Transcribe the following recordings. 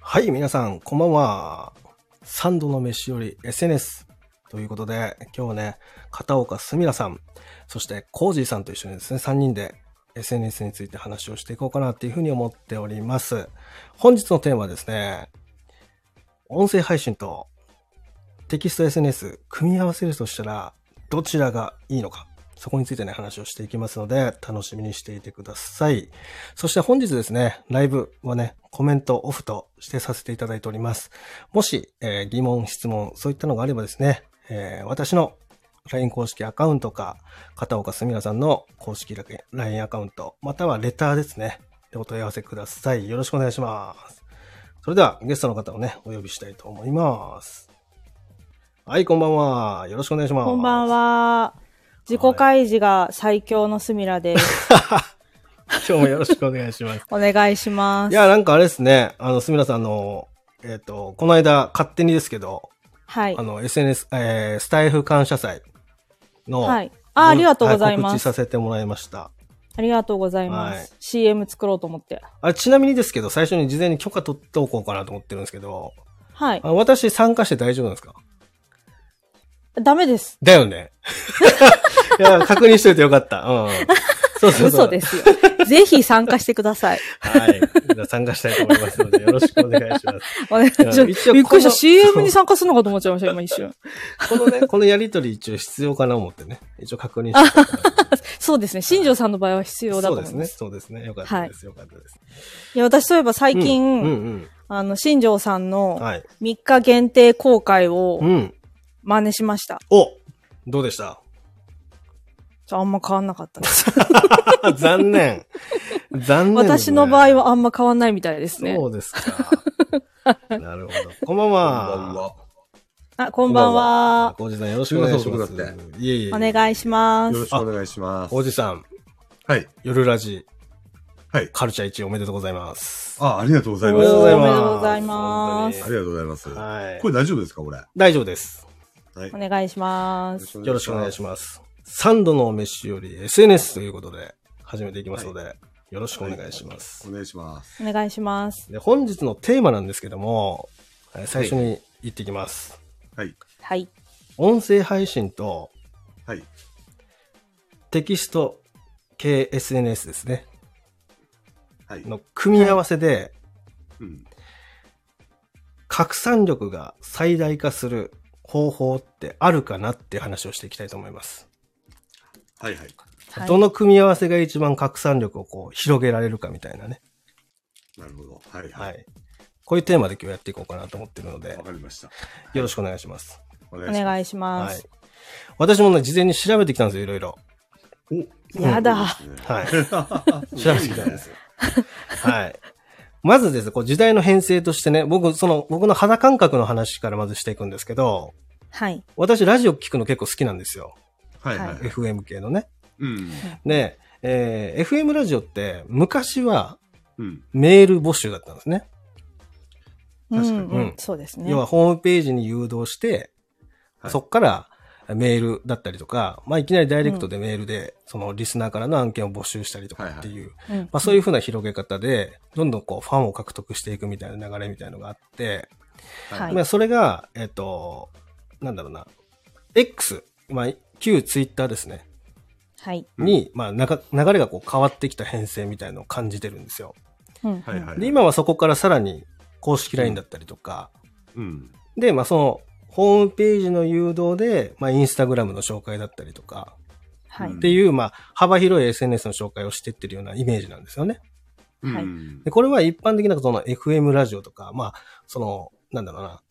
はい、皆さん、こんばんは。三度の飯より SNS。ということで、今日はね、片岡すみらさん、そしてコージーさんと一緒にですね、3人で SNS について話をしていこうかなっていうふうに思っております。本日のテーマはですね、音声配信とテキスト SNS 組み合わせるとしたら、どちらがいいのか。そこについてね、話をしていきますので、楽しみにしていてください。そして本日ですね、ライブはね、コメントオフとしてさせていただいております。もし、えー疑問、質問、そういったのがあればですね、えー私の LINE 公式アカウントか、片岡すみらさんの公式 LINE アカウント、またはレターですね、でお問い合わせください。よろしくお願いします。それでは、ゲストの方をね、お呼びしたいと思います。はい、こんばんは。よろしくお願いします。こんばん。は。自己開示が最強のスミラです。今日もよろしくお願いします。 お願いしまいす。や、なんかあれですね、あの、すみらさん、あの、えっ、と、この間、勝手にですけど、はいあ。の、SNS、えースタイフ感謝祭の、はい。あ、ありがとうございはま告知す。させてもらいました。ありがとうございます。はい CM 作ろうと思って。あれ、ちなみにですけど、最初に事前に許可取っておこうかなと思ってるんですけど、はいあ。の私参加して大丈夫なんですかダメです。だよ ね。いや、確認しといてよかった。うん。そうそうそう。嘘で すよ。ぜひ参加してください。はい。じゃあ参加したいと思いますので、よろしくお願いします。お願いしまいやす。びっ一応くりし このた。CM に参加するのかと思っちゃいました、今一瞬。このね、このやりとり一応必要かな思ってね、一応確認しておこうかなそうですね。新庄さんの場合は必要だと思います。そうですね。そうですね。よかったです。よかったです。いや、私そういえば最近、うんうんあの、新庄さんうん。のはい。 3日限定公開をうん。真似しました。おどうでした ちょあんま変わんなかったです。残念。残念です私ね、の場合はあんま変わんないみたいですね。そうです か。なるほど。こんばんは。こんばんは。あ、こんばんは。浩二さんよろしくお願いしますすいません遅くな。いえいえ。お願いしまよろすし。くお願いします。浩二さん、はい。夜ラジ、はい。カルチャー1おめでとうございます。あ、ありがとうございおまめす。であとりうがごとざういます本当にございます。こはい。れ大丈夫ですかこれ。は大丈夫です。い。お願いします。よろしくお願いしまます。サンドのお飯より SNS ということで始めていきますので、よろしくお願いします。お願いします。お願いします。で本日のテーマなんですけども、えー最初に言ってきます。はい。はい。音声配信とはい。テキスト系 SNS ですね、はい。の組み合わせでうん。拡散力が最大化する方法ってあるかなって話をしていきたいと思います。はいはい。はいどの組み合わせが一番拡散力をこう広げられるかみたいなね。なるほど。はいは。はいい。こういうテーマで今日やっていこうかなと思ってるのでわ、かりました。よろしくお願いします。おお願いししまはいす。。私もね、事前に調べてきたんですよ、いろいろ。ます。おやだそうですねはい。そう知らなでいですねはい。まずですね、こう時代の編成としてね、僕、その、僕の肌感覚の話からまずしていくんですけど、はい。私、ラジオ聞くの結構好きなんですよ。はいはいはい。 FM 系のね。うん。で、えー FM ラジオって、昔はうん。メール募集だったんですね。うん確かうにうんん。そうですね要。は、ホームページに誘導して、はいそっから、メールだったりとか、まあ、いきなりダイレクトでメールで、そのリスナーからの案件を募集したりとかっていう、うんまあ、そういうふうな広げ方で、どんどんこう、ファンを獲得していくみたいな流れみたいのがあって、はいまあ、それが、えっ、と、なんだろうな、X、まあ、旧ツイッターですね、はい。うんに、まあ、なか流れがこう変わってきた編成みたいのを感じてるんですよ。うんはいはい。で、今はそこからさらに公式 LINE だったりとか、うん。で、まあ、その、ホームページの誘導で、まあ、インスタグラムの紹介だったりとか、はういんっていう、まあ、幅広い SNS の紹介をしてってるようなイメージなんですよね。うんはいで、これは一般的なその FM ラジオとか、まあ、その、なんだろうな、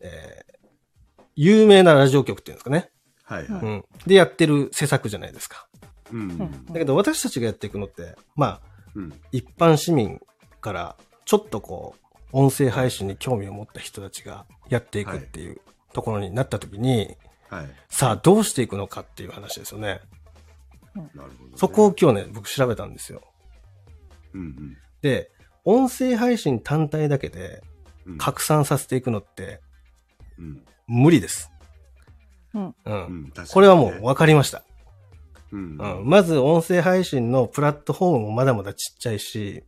えー有名なラジオ局っていうんですかね。はいうんはで、やってる施策じゃないですか。い。うんだ。けど私たちがやっていくのって、まあ、うん。一般市民から、ちょっとこう、音声配信に興味を持った人たちがやっていくっていうところになった時に、はい。さあ、どうしていくのかっていう話ですよね。なるほどね。そこを今日ね、僕調べたんですよ。うんで、音声配信単体だけでうん。うん。拡散させていくのって、うん。無理です。うんうんうん。確かにねこれはもう分かりました。うん。うん。まず音声配信のプラットフォームもまだまだちっちゃいし、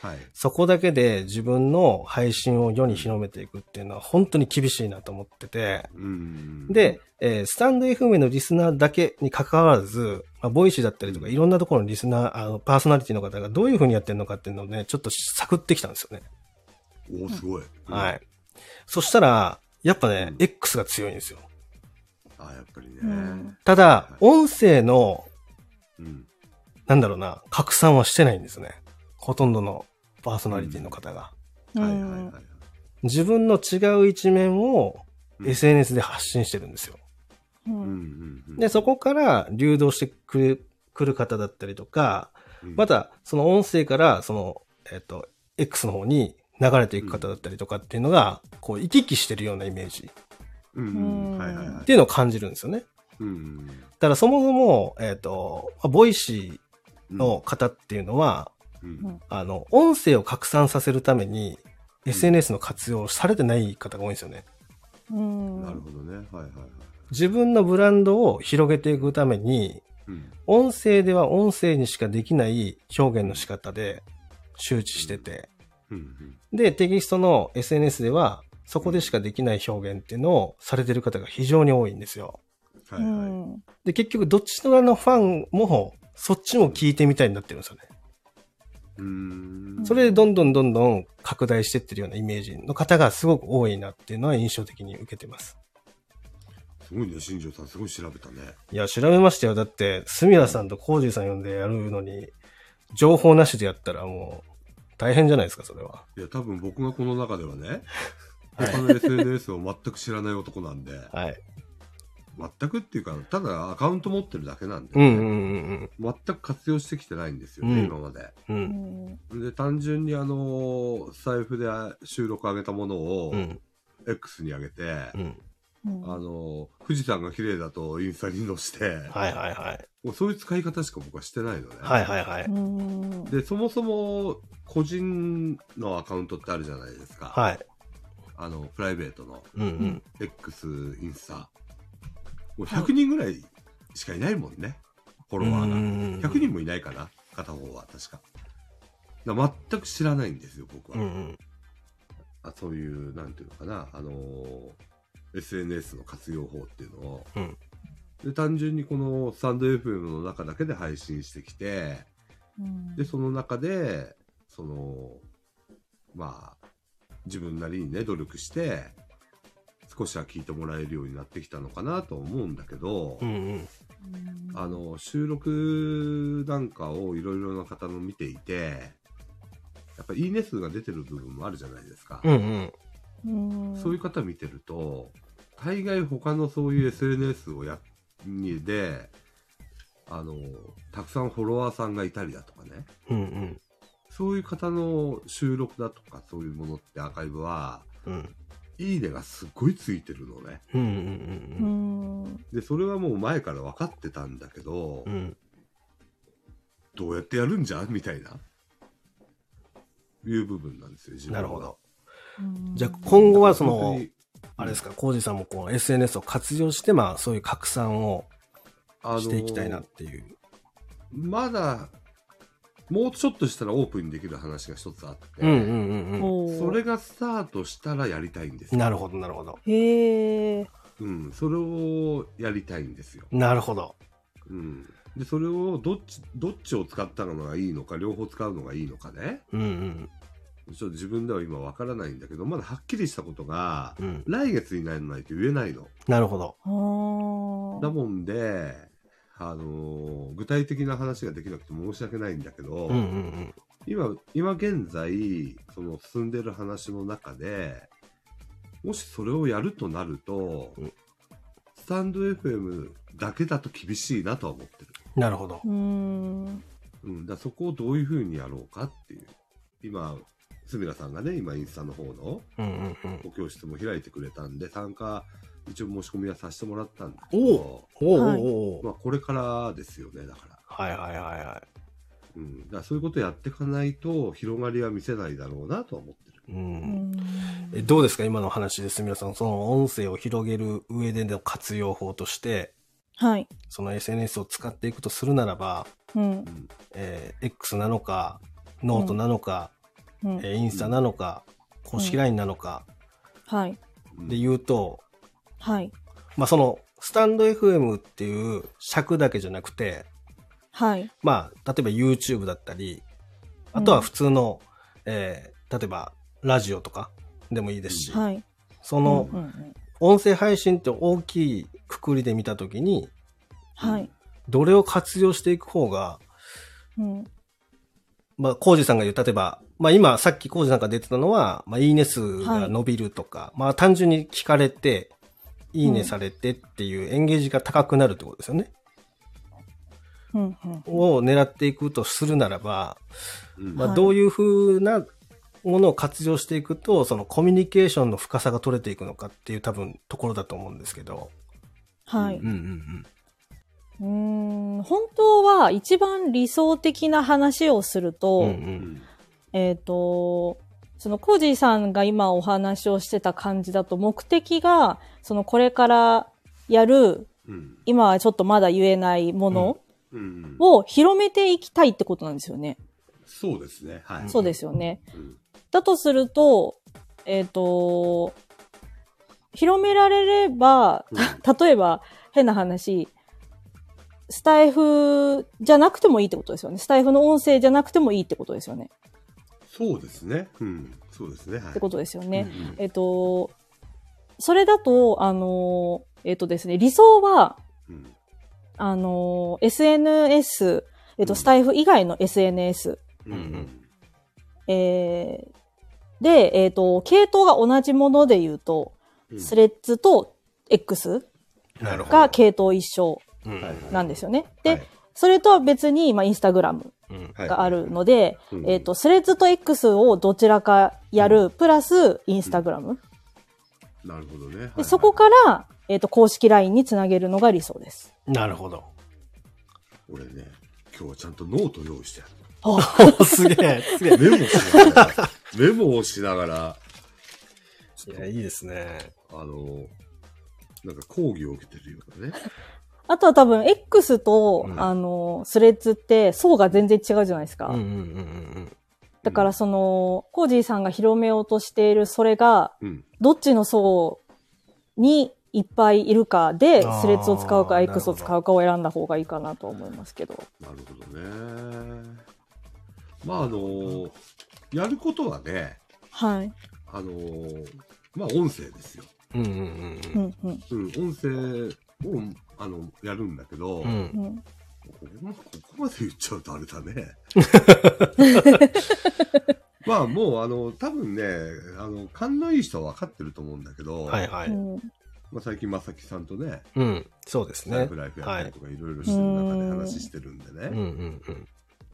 はい。そこだけで自分の配信を世に広めていくっていうのは本当に厳しいなと思ってて、うん。で、、えースタンド FM のリスナーだけに関わらず、まあ、ボイシーだったりとか、うんいろんなところのリスナー、あの、パーソナリティの方がどういうふうにやってるのかっていうのをね、ちょっと探ってきたんですよね。おお、すごい。はい。そしたら、やっぱね、うん X が強いんですよ。ああ、やっぱりね。うんただ、音声の、うん。なんだろうな、拡散はしてないんですね。ほとんどのパーソナリティの方が。うんはいはいはいはい。自分の違う一面をうん SNS で発信してるんですよ。ううんんうんうん。で、そこから流動してくるくる方だったりとか、うん、また、その音声から、その、えっと、X の方に流れていく方だったりとかっていうのが、こう、行き来してるようなイメージうんううんん。はいはいはいって。いうのを感じるんですよね。うんだから、そもそも、えっと、まあボイシうーん。の方っていうのは、うん、あの、音声を拡散させるために、ん SNS の活用をされてない方が多いんですよね。うんなるほどね。はいはいはい。自分のブランドを広げていくために、うん。音声では音声にしかできない表現の仕方で周知してて、うんうん。で、テキストの SNS では、そこでしかできない表現っていうのをされてる方が非常に多いんですよ。はういはい。んで、結局、どっち側のファンも、そっちも聞いてみたいになってるんですよね。うーん。それでどんどんどんどん拡大してってるようなイメージの方がすごく多いなっていうのは印象的に受けてます。すごいね、新庄さん、すごい調べたね。いや、調べましたよ。だって、スミラさんとコージーさん呼んでやるのに、情報なしでやったらもう、大変じゃないですか、それは。いや、多分僕がこの中ではね、はい他の SNS を全く知らない男なんで、はい。全くっていうか、ただアカウント持ってるだけなんで、うんうん全く活用してきてないんですよね、うん今まで。うんうん。う。うんんで、単純にあのー財布で収録上げたものをう、ん。 X に上げて、うん。うんあのー富士山が綺麗だとインスタに載して、はいはいはい。もうそういう使い方しか僕はしてないのね。はいはいはい。うんで、そもそも、個人のアカウントってあるじゃないですか。はい。あの、プライベートの。うんうん。 X、インスタ。もう100人ぐらいしかいないもんね。フォロワーが。100人もいないかな片方は、確か。だから全く知らないんですよ、僕は。うんうん。あそういう、なんていうのかな、あのー SNS の活用法っていうのを。うんで、単純にこのサンド FM の中だけで配信してきて、うんで、その中で、その、まあ、自分なりにね、努力して、少しは聞いてもらえるようになってきたのかなと思うんだけど、うんうん。あの、収録なんかをいろいろな方の見ていて、やっぱいいね数が出てる部分もあるじゃないですか。うんうん。うんそういう方見てると、大概他のそういう SNS をや、にで、あの、たくさんフォロワーさんがいたりだとかね、うんうん。そういう方の収録だとかそういうものってアーカイブは、うんいいねがすっごいついてるのね。うんうんううんんで、それはもう前から分かってたんだけど、うん。どうやってやるんじゃみたいな、いう部分なんですよ、自分なはるほど。。うんじゃあ今後はそ本当のに、あれですか、コージさんもこう SNS を活用して、まあそういう拡散をあのしていきたいなっていう。まだ、もうちょっとしたらオープンにできる話が一つあって、うんうんうんおーそれがスタートしたらやりたいんですうん。よ。なるほど、なるほど。へえうん、それをやりたいんですよ。なるほど。うん、でそれをどっちどっちを使ったのがいいのか両方使うのがいいのかねうんうんちょっと自分では今わからないんだけどまだはっきりしたことがうん。来月にならないと言えないのなるほど。あーだもんで、あのー具体的な話ができなくて申し訳ないんだけど、うんうん今今現在その進んでる話の中でもしそれをやるとなると、うんスタンド FM だけだと厳しいなとは思ってる。うん。なるほど。うんうん、だからそこをどういうふうにやろうかっていう。今、すみらさんがね、今インスタの方のうんうんうん。お教室も開いてくれたんで、参加、一応申し込みはさせてもらったんだけおど、おーはいおーおーまあこれからですよね、だから。はいはいはいはうん、だからそういうことやっていかないと、広がりは見せないだろうなとは思ってい。る。うんうんえどうですか今の話です。皆さん、その音声を広げる上での活用法として、はいその SNS を使っていくとするならば、うんうんえー X なのか、ノートなのか、うんえーインスタなのか、公式 LINE なのかはい。うんで言うと、はい。まあその、スタンド FM っていう尺だけじゃなくて、はい。まあ、例えば YouTube だったり、あとは普通の、えー例えばラジオとかでもいいですし、はい。そのうんうん。音声配信って大きいくくりで見たときに、はい。どれを活用していく方が、うん。まあ、コージさんが言う、例えば、まあ今、さっきコージさんが出てたのは、まあ、いいね数が伸びるとか、まあ単純に聞かれて、いいねされてっていうエンゲージが高くなるってことですよね。うんうん。を狙っていくとするならば、うんまあ、はいどういうふうなものを活用していくと、そのコミュニケーションの深さが取れていくのかっていう多分ところだと思うんですけど。はい。うんうんうーん本当は一番理想的な話をすると、うん。うんううんんえっ、と、そのコージーさんが今お話をしてた感じだと目的が、そのこれからやる、うん今はちょっとまだ言えないものうんを広めていきたいってことなんですよね。そうですね。はい。そうですよね。うんだとすると、えっ、と、広められれば、た例えば変な話、スタイフじゃなくてもいいってことですよね。スタイフの音声じゃなくてもいいってことですよね。そうですね。うん。そうですね。はい。ってことですよね。うんえっと、それだと、あの、えっとですね、理想は、うんあの、SNS、えっうと、んスタイフ以外の SNS、うんうんえーで、えっと、系統が同じもので言うと、うんスレッズと X なるほど。が系統一緒うんはいはいなんですよね。はで、いそれとは別に、まあ、インスタグラムうんはいがあるので、うんえっ、と、スレッズと X をどちらかやる、プラス、インスタグラム。なるほどね。はいはで、いそこから、えっ、と、公式 LINE につなげるのが理想です。なるほ ど。俺ね、今日はちゃんとノート用意してある。すげえ、すげえ。メモしながら、メモをしながら、ちょっ いや、いいですね。と、あの、なんか講義を受けてるようなね。あとは多分、X と、うんあの、スレッズって、層が全然違うじゃないですか。うんうんうんだから、その、コージーさんが広めようとしている、それが、うん。どっちの層にいっぱいいるかで、あースレッズを使うなか、るほど X を使うかを選んだ方がいいかなと思いますけど。なるほどね。まあ、あの、やることはね、はい。あの、まあ、音声ですよ。うん。うんうんううんん、うん、うん、音声を、あの、やるんだけうん。ど、うんうん。ここまここまで言っちゃうとあれだ ね。まあもうあの多分ねあの勘のいい人は分かってると思うんだけど、はいはうい。んまあ、最近正木さんとねうん。そうで「すライねフ。ライフ」やはったりい。とかいろいろしてる中で話してるんでね、うんうんうん。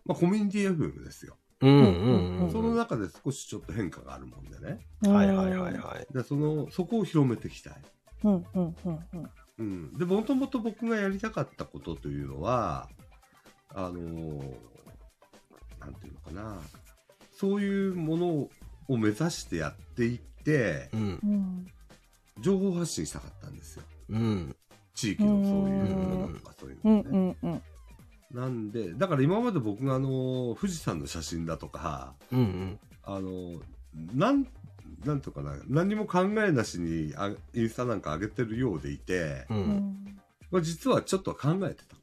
まあ、コミュニティ FM ですよ、うんうんうん。その中で少しちょっと変化があるもんでねはいはいはいはい。でそのそこを広めていきたい、うんうんうんうんうん、でもともと僕がやりたかったことというのはあのなんていうのかなそういうものを目指してやっていってうんう。ん情報発信したかったんですようん。地域のそういうものとかそういううんのうね。んうんなんでだから今まで僕があの富士山の写真だとかうんうん。あのなんなんとかな何にも考えなしにあインスタなんか上げてるようでいて、う。うんんまあ、実はちょっとは考えてた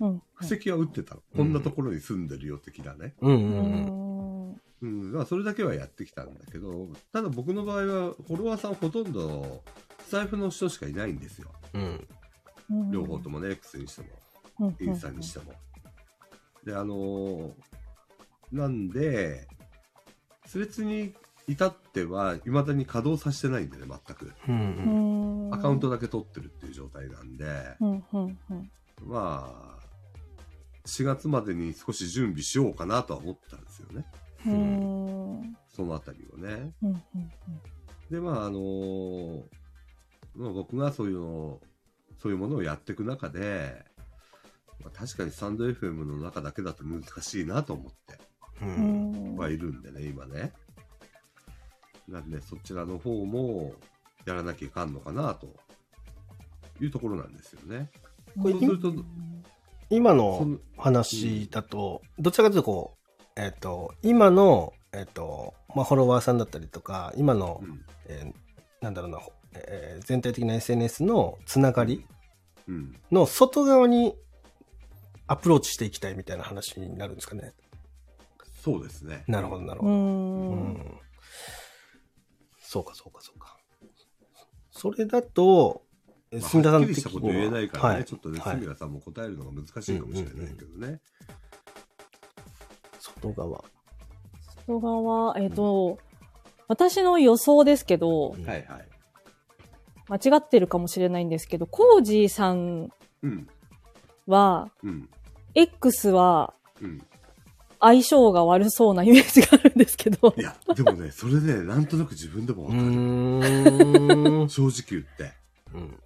うん布石は打ってたの、うんこんなところに住んでるよ的なね、うんううんうん。んうんまあ、それだけはやってきたんだけどただ僕の場合はフォロワーさんほとんど財布の人しかいないんですようん。うん両方ともね X にしてもうんインスタにしても。であのーなんでスレッズに至ってはいまだに稼働させてないんでね全くううんんアカウントだけ取ってるっていう状態なんで、うんうんうんまあ4月までに少し準備しようかなとは思ってたんですよねうんうんそのあたりをね。うんでまああのーまあ、僕がそういうのをそういうものをやっていく中で、まあ、確かにスタンド FM の中だけだと難しいなと思ってう。うんんはいるんでね今ねなんでそちらの方もやらなきゃいかんのかなというところなんですよねこれそうすると今そのの話だと、どちらかというとこう、えっ、と、今の、えっ、と、まあ、フォロワーさんだったりとか、今のう、んえーなんだろうな、えー全体的な SNS のつながりうんの外側にアプローチしていきたいみたいな話になるんですかね。そうですね。なるほど、なるほう。ど。うんんそうか、そうか、そうか。それだと、えまあ住田さんはっきりしたこと言えないからね、はいちょっとね、はい杉浦さんも答えるのが難しいかもしれないけどね。外側。外側、えっ、と、私の予想ですけど、うんはいはい。間違ってるかもしれないんですけど、コージーさんうん、は、うん、 X はうん。相性が悪そうなイメージがあるんですけどい、や、でもね、それね、なんとなく自分でもわうかーる。ん。正直言って。うん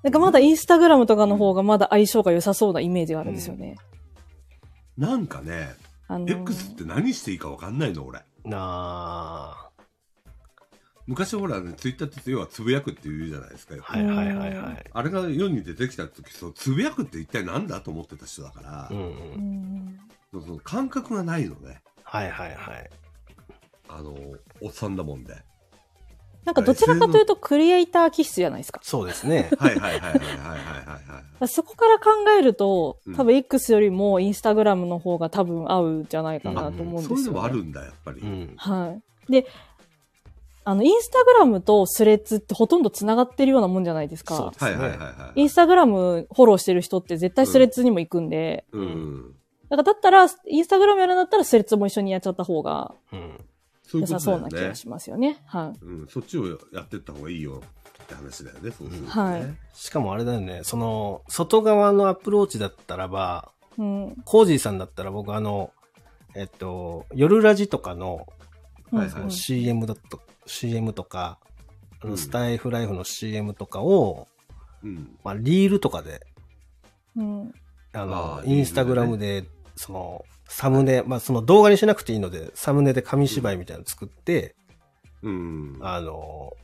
なんかまだインスタグラムとかの方がまだ相性が良さそうなイメージがあるんですよね。なんかね、あのー X って何していいかわかんないの、俺。なあ。昔ほらね、ツイッターって要はつぶやくって言うじゃないですか。はいはいはいはい。あれが世に出てきた時、そのつぶやくって一体なんだと思ってた人だからう、んう。うんんその感覚がないのね。はいはいはい。あの、おっさんだ もんで。。なんかどちらかというとクリエイター気質じゃないですか。そうですねはいはいはいはいはいはいはい。そこから考えるとうん、多分 X よりもインスタグラムの方が多分合うんじゃないかなと思うんですよ、ねそういうのもあるんだ、やっぱり。うん。はい。で、あの、インスタグラムとスレッズってほとんど繋がってるようなもんじゃないですそうか。ですはね。いはいはいはい。インスタグラムフォローしてる人って絶対スレッズにも行くんで、うん。だからだったら、インスタグラムやるんだったらスレッズも一緒にやっちゃった方がうん。そうい良うさことそうな気だよがね。しますよね。はい。うん、そっちをやってった方がいいよって話だよね、そうするとね。はいしかもあれだよね、その、外側のアプローチだったらば、うん。はいコージーさんだったら僕あの、えっと、夜ラジとかのはいはいうん CM だと、CM とか、あうのんスタイフライフの CM とかを、うん。まあ、リールとかで、うん。あのあ、ーインスタグラムで、その、サムネ、まあ、その動画にしなくていいので、サムネで紙芝居みたいなの作って、うん。あの、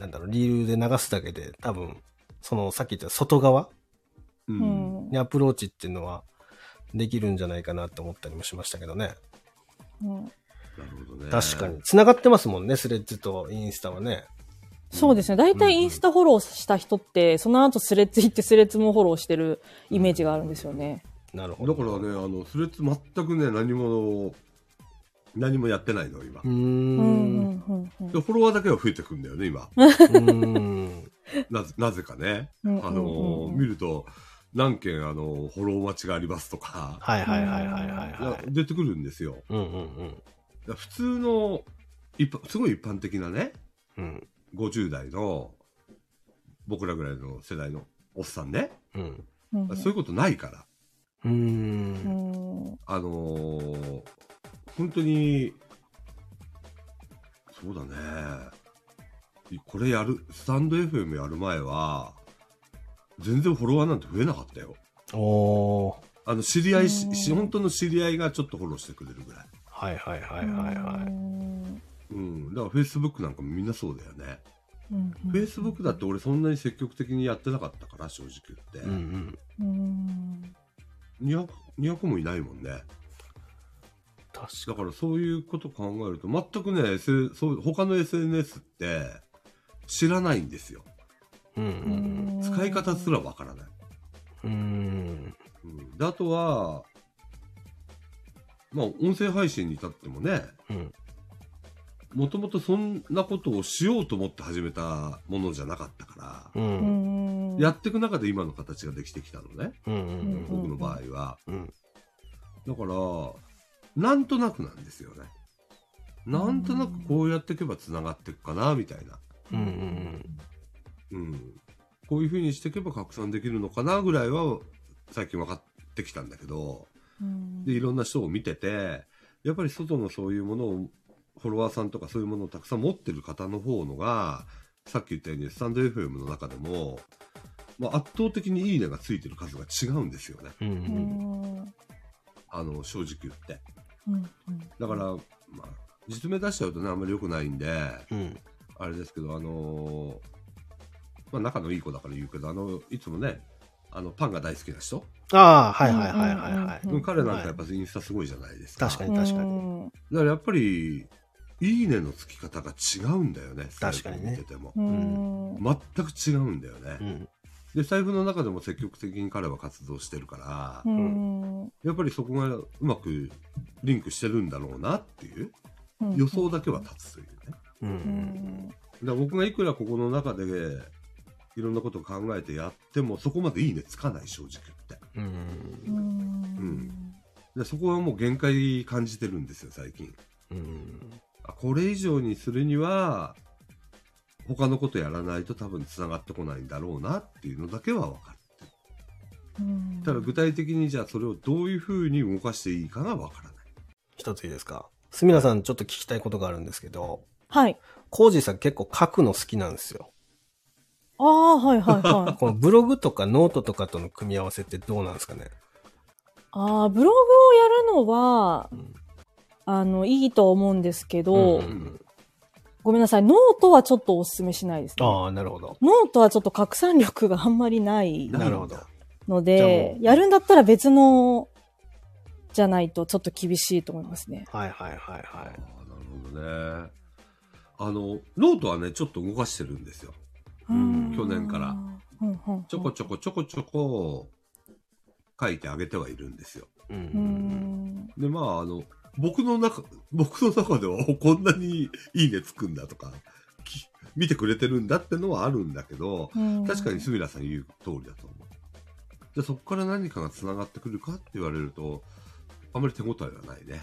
なんだろう、リールで流すだけで、多分、その、さっき言った外側うう。んんにアプローチっていうのは、できるんじゃないかなって思ったりもしましたけどね。うんなるほどね。確かに。。繋がってますもんね、スレッズとインスタはね。そうですね。大体インスタフォローした人って、その後スレッズ行ってスレッズもフォローしてるイメージがあるんですよね。なるほだど。からね、あの、スレッズ全くね、何も、何もやってないの、今。うー。うでんんうんうんフォロワーだけは増えてくんだよね、今。うん。なぜなぜかね。うあん。の、うん見ると、何件、あの、フォロー待ちがありますとか、はいはいはいはいはいいはやい。出てくるんですよ。うんうんうん。だから普通の一般すごい一般的なねうん。 50代の僕らぐらいの世代のおっさんね、うん。うんそういうことないからうー。うんんあのー本当にそうだねこれやるスタンド FM やる前は全然フォロワーなんて増えなかったよおー。あの知り合いうんしし本当の知り合いがちょっとフォローしてくれるぐらいはいはいはいはいはい。うんだからフェイスブックなんかもみんなそうだよねうんうんフェイスブックだって俺そんなに積極的にやってなかったから正直言って、うんうん 200, 200もいないもんね確だからそういうこと考えると全くね、S、そう他の SNS って知らないんですようんうん使い方すらわからない、うん。うん。うん、であとはまあ音声配信に至ってもねうん。もともとそんなことをしようと思って始めたものじゃなかったかう。ら、うんんやっていく中で今の形ができてきたのね、うん。うん。ん僕の場合は、うん。だから、なんとなくなんですよね。なんとなくこうやっていけばつながっていくかな、みたいな。うん。うん。うん。こういうふうにしていけば拡散できるのかな、ぐらいは、最近分かってきたんだけど、うんで、いろんな人を見てて、やっぱり外のそういうものを、フォロワーさんとかそういうものをたくさん持ってる方の方のが、さっき言ったように、スタンド FM の中でも、まあ、圧倒的にいいねがついてる数が違うんですよね。うん。う。うんんあの、正直言って。うんだから、まあ、実名出しちゃうとね、あんまり良くないんで、うん。あれですけど、あのーまあ、仲のいい子だから言うけど、あの、いつもね、あの、パンが大好きな人、ああ、はいはいはいはいはうい。ん彼なんかやっぱインスタすごいじゃないですか。確かにうん確かにうんだからやっぱり、いいねのつき方が違うんだよね。確かにね財布見ててもう。ん。うん。全く違うんだよね。うん。で、財布の中でも積極的に彼は活動してるから、うん。やっぱりそこがうまくリンクしてるんだろうなっていううん予想だけは立つというね。だかうん。ううんん。ら僕がいくらここの中でいろんなことを考えてやってもそこまでいいねつかない正直言って。う。うんん。でそこはもう限界感じてるんですよ最近。うん。あこれ以上にするには他のことやらないと多分つながってこないんだろうなっていうのだけは分かる。うんただ具体的にじゃあそれをどういうふうに動かしていいかが分からない。一ついいですか。すみらさん、ちょっと聞きたいことがあるんですけど、はい。コージーさん結構書くの好きなんですよ。ああ、はいはいはい。このブログとかノートとかとの組み合わせってどうなんですかね。 ああ、ブログをやるのはう、んあの、いいと思うんですけど、うんうんうんごめんなさい。ノートはちょっとお勧めしないですね。ああ、なるほど。ノートはちょっと拡散力があんまりないなるほど。のじゃあでも、うやるんだったら別のじゃないとちょっと厳しいと思いますね。はいはいはいああはないる。ほどね。あのノートはねちょっと動かしてるんですよ。うん去年からうん。うんうんちょこちょこちょこちょこ書いてあげてはいるんですよ。う。うんん。でまああの僕の中僕の中では おこんなにいいねつくんだとかき見てくれてるんだってのはあるんだけどうん確かにすみらさん言う通りだと思う。じゃあそこから何かがつながってくるかって言われるとあまり手応えはないね。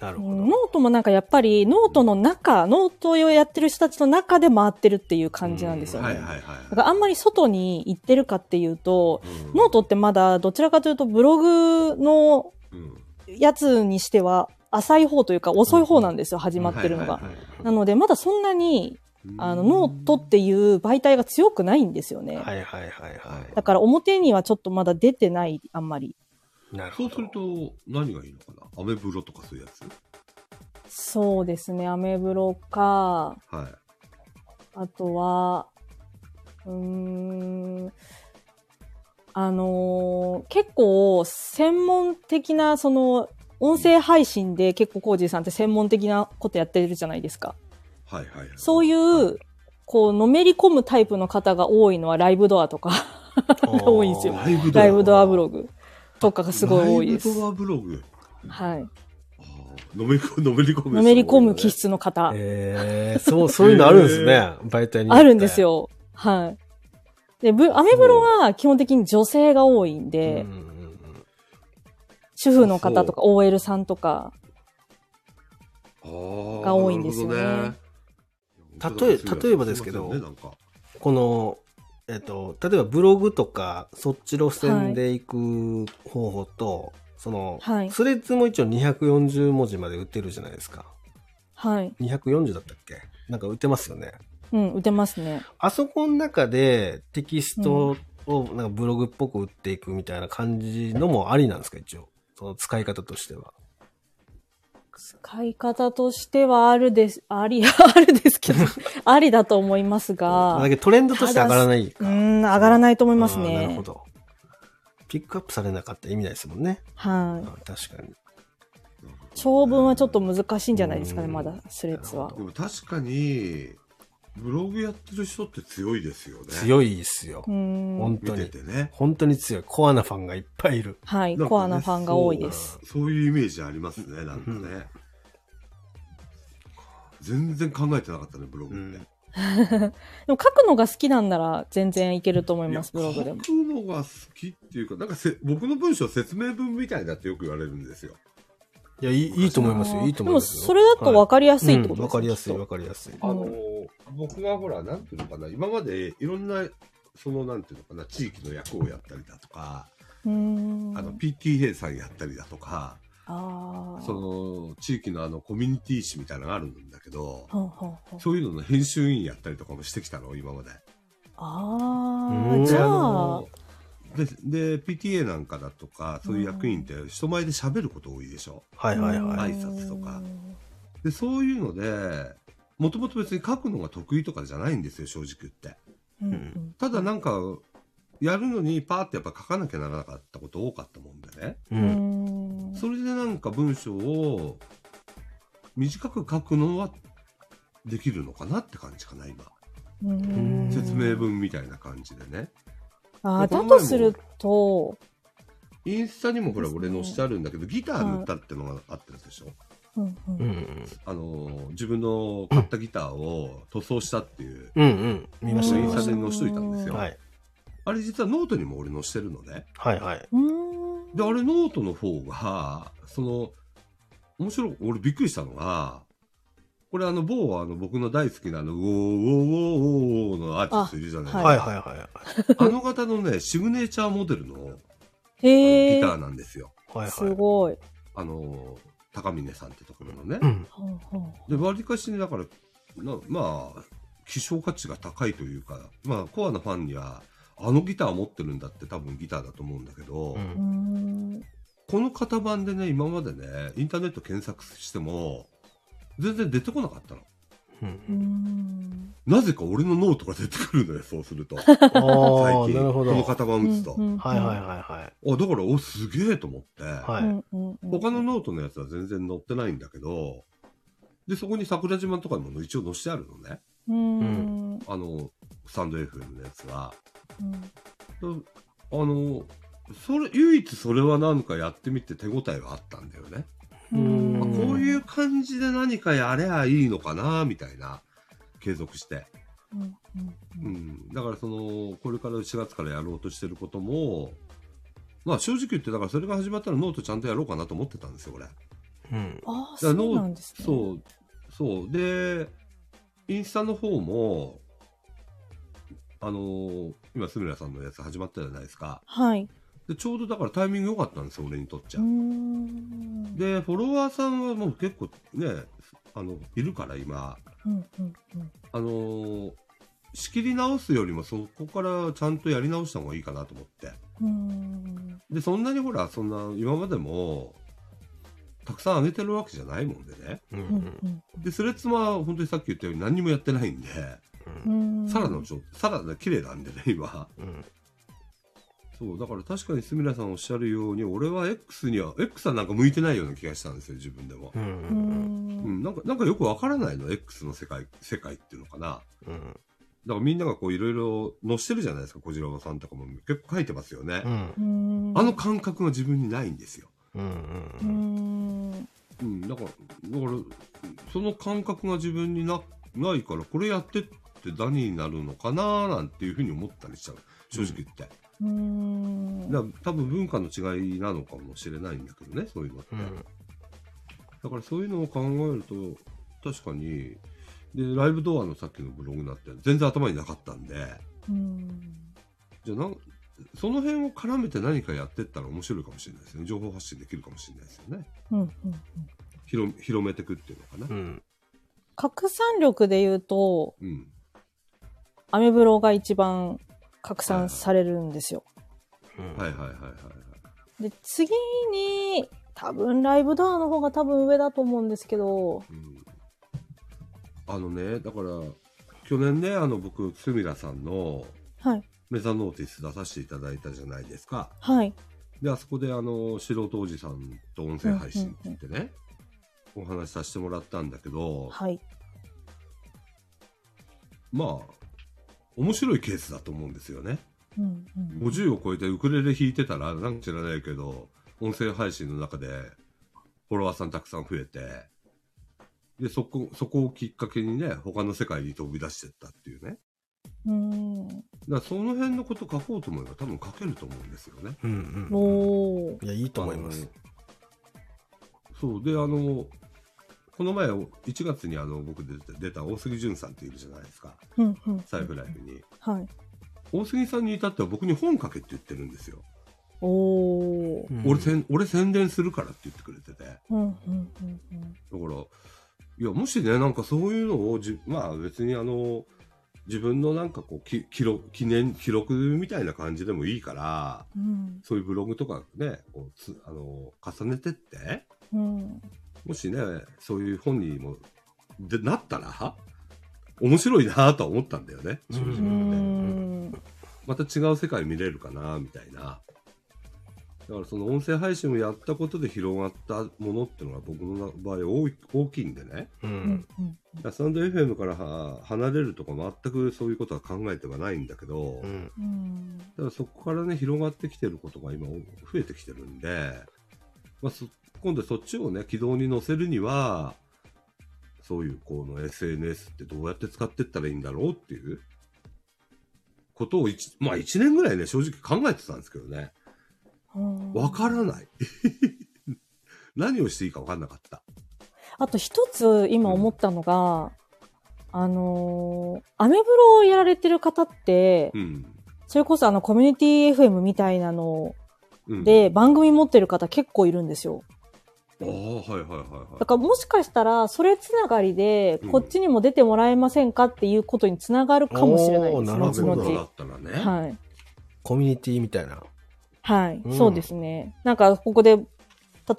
なるうほんどノ。ートもなんかやっぱりノートの中、ノートをやってる人たちの中で回ってるっていう感じなんですよはいね。はいはい。だからあんまり外に行ってるかっていうと、うんノートってまだどちらかというとブログのうんやつにしては浅い方というか遅い方なんですよ、始まってるのはいがはい。はいなのでまだそんなにあのうんノートっていう媒体が強くないんですよね。はいはいはいはだから表にはちょっとまだ出てない、あんまり。い。なるほそうど。すると何がいいのかなアメブロとかそういうやつそうですね、アメブロか、はい。あとは、うーん、あのー結構専門的な、その、音声配信で結構コージーさんって専門的なことやってるじゃないですか。はいはいはい。そういう、こう、のめり込むタイプの方が多いのはライブドアとか、が多いんですよおーライブ ドアライブドアブログとかがすごい多いですライ。ブドアブログ。はい。ああのめり込のめり込む人多いよね。のめり込む気質の方、えー、そう、そういうのあるんですね。へ媒体に。あるんです。よ。はい。で、ブアメブロは基本的に女性が多いんうんうんで、うん主婦の方とか OL さんとか、がが多いんですよね例え例えばですけどね、なんかこの、えっと、例えばブログとか、そっち路線で行く方法と、その、はいスレッズも一応240文字まで打てるじゃないですか。はい。 240だったっけなんか打てますよね。うん、打てますね。あそこの中でテキストをなんかブログっぽく打っていくみたいな感じのもありなんですか、一応。その使い方としては。使い方としてはあるです、あり、 あるで すけど、ありだと思いますまあだが、けどトレンドとして上がらないか。うん、上がらないと思いますあーね。なるほど。ピックアップされなかったら意味ないですもんね。はあい。ー確かに。長文はちょっと難しいんじゃないですかね、うんまだ、スレッズなはるほ。でも確かにブログやってる人って強いですよね。強いですよう。ん本。見当てに。てね。本当に強い。コアなファンがいっぱいいる。はい、なんかねコアなファンが多いです。。そうそういうイメージありますね。なんかうね。全然考えてなかったねブログって。うんでも書くのが好きなんなら全然いけると思いいやます、ブログでも。書くのが好きっていうか、なんかせ僕の文章説明文みたいだってよく言われるんですよ。いや、いいいいと思いますよ。いいと思いますでよ。も、それだと分りかりやすいってことわですかねりやすい、きっわかりやすい。あのー僕はほら、なんていうのかな、今までいろんな、そのなんていうのかな、地域の役をやったりだとか、とうーんあの PTA さんやったりだとか、あーその地域のあのコミュニティ誌みたいなのがあるんだけど、ほんほんほんそういうのの編集員やったりとかもしてきたの、今まで。あうーんじでゃああのーでで PTA なんかだとかそういう役員って人前で喋ること多いでしょ、はいはいはい。挨拶とかでそういうのでもともと別に書くのが得意とかじゃないんですよ正直言ってうんんただなんかやるのにパーってやっぱ書かなきゃならなかったこと多かったもんでねう。うんんそれでなんか文章を短く書くのはできるのかなって感じかな今うん説明文みたいな感じでねあーこだの前もとすると、インスタにもほら俺のしてあるんだけどギター塗ったってのがあってるでしょ、うんうんうんあの自分の買ったギターを塗装したっていううんうん見ましイたうん見ンましスタで載しといたんですたよ、はいあれ実はノートにも俺載してるのねはいはいうんであれノートの方がその面白い俺びっくりしたのがこれあの某あの僕の大好きなあのウォーウォーウォーウォーウォーのアーティストいるじゃないですかああ,、ははいはいはいの方のねシグネチャーモデルのあのへギえターなんですよ、はいすはごい。あの高峰さんってところのね、いうんほうほうで割りかしねだからなまあ希少価値が高いというかまあコアなファンにはあのギター持ってるんだって多分ギターだと思うんだけうど、うんんこの型番でね今までねインターネット検索しても全然出てこなかったのうんうんなぜか俺のノートが出てくるのよそうすると ああ最近なるほこどの型番打つと、うんうんはいはいはあだからおすげえと思って、いはいはういんうんうん他のノートのやつは全然載ってないんだけどでそこに桜島とかにも一応載してあるのねうんあのスタンド FM のやつはうんうんあの、それ、唯一それは何かやってみて手応えはあったんだよね。うんあこういう感じで何かやれゃいいのかな、みたいな、継続して。うんううんん。だからその、これから4月からやろうとしてることも、まあ正直言って、だからそれが始まったらノートちゃんとやろうかなと思ってたんですよ、俺。うんああだからノそうなんーですね。そう、そう。で、インスタの方も、あの、今、すみらさんのやつ始まったじゃないですか。はい。でちょうどだからタイミング良かったんですよ、俺にとっちゃ。うんで、フォロワーさんはもう結構ね、あの、いるから今、うんうんうんあのー仕切り直すよりもそこからちゃんとやり直した方がいいかなと思って。うんで、そんなにほら、そんな今までも、たくさん上げてるわけじゃないもんでね。ううんんで、スレッズは本当にさっき言ったように何にもやってないんで、うんうんうんサラの状サラダ綺麗なんでね、今。うんそう、だから確かにすみらさんおっしゃるように、俺は X には、X はなんか向いてないような気がしたんですよ、自分でも。ううんんうん、なんか、なんかよくわからないの、X の世界、世界っていうのかな。うんだからみんながこういろいろ載してるじゃないですか、小次郎さんとかも結構書いてますよね。うんうんあの感覚が自分にないんですよ。うんううんんうん、だから、だから、その感覚が自分にな、ないから、これやってって何になるのかななんていうふうに思ったりしちゃう。正直言って。うんだから多分文化の違いなのかもしれないんだけどね、そういうのっうて。んだからそういうのを考えると、確かに、で、ライブドアのさっきのブログだって全然頭になかったんで、うんじゃあなん、その辺を絡めて何かやってったら面白いかもしれないですね。情報発信できるかもしれないですよね。うんうん広広めてくっていうのかうな。ん拡散力で言うと、うん。アメブロが一番拡散されるんですよ。うんはいはいはいはいはい。で、次に、多分ライブドアの方が多分上だと思うんですけど、うん、あのね、だから、去年ね、あの僕、スミラさんのはい、メザノーティス出させていただいたじゃないですか。はい、で、あそこであの、素人おじさんと音声配信って言ってね、お話しさせてもらったんだけど、はい。まあ、面白いケースだと思うんですよね。うんうん50を超えてウクレレ弾いてたら、なんか知らないけど、音声配信の中で、フォロワーさんたくさん増えて、で、そこ、そこをきっかけにね、他の世界に飛び出してったっていうね。うん。だからその辺のこと書こうと思えば多分書けると思うんですよね。うんうんおーいやいいと思いますあの。そう。で、あの、この前、1月にあの、僕出た出た大杉淳さんっているじゃないですか。うんうん。サイフライブに。はい。大杉さんに至っては僕に本書けって言ってるんですよ。おー。俺せん、俺宣伝するからって言ってくれてて。うんうんうんうん。だから、いや、もしね、なんかそういうのをじ、まあ別にあの、自分のなんかこう、き記録、記念、記録みたいな感じでもいいから、うんそういうブログとかね、こうつあの、重ねてって、うん。もしね、そういう本にも、で、なったら、面白いなとは思ったんだよね、正直う言ってん。また違う世界見れるかな、みたいな。だからその音声配信をやったことで広がったものっていうのが僕の場合大い大きいんでね。ううんん。うんだからスタンド FM からは離れるとか全くそういうことは考えてはないんだけど、うん。うんただそこからね、広がってきてることが今増えてきてるんで、まあ、そ今度そっちをね、軌道に乗せるには、そういうこの SNS ってどうやって使ってったらいいんだろうっていうことを一、まあ一年ぐらいね、正直考えてたんですけどね。うんわからない。 何をしていいかわかんなかった。あと一つ今思ったのが、あのーアメブロをやられてる方って、うん。それこそあのコミュニティ FM みたいなのうん、で番組持ってる方結構いるんですよ。ああ、はいはいはいはいだ。からもしかしたらそれつながりでこっちにも出てもらえませんかっていうことにつながるかもしれないです、おー後なるそうだ々。ったらね。はい。コミュニティみたいな。はい、うんそうですね。なんか、ここで、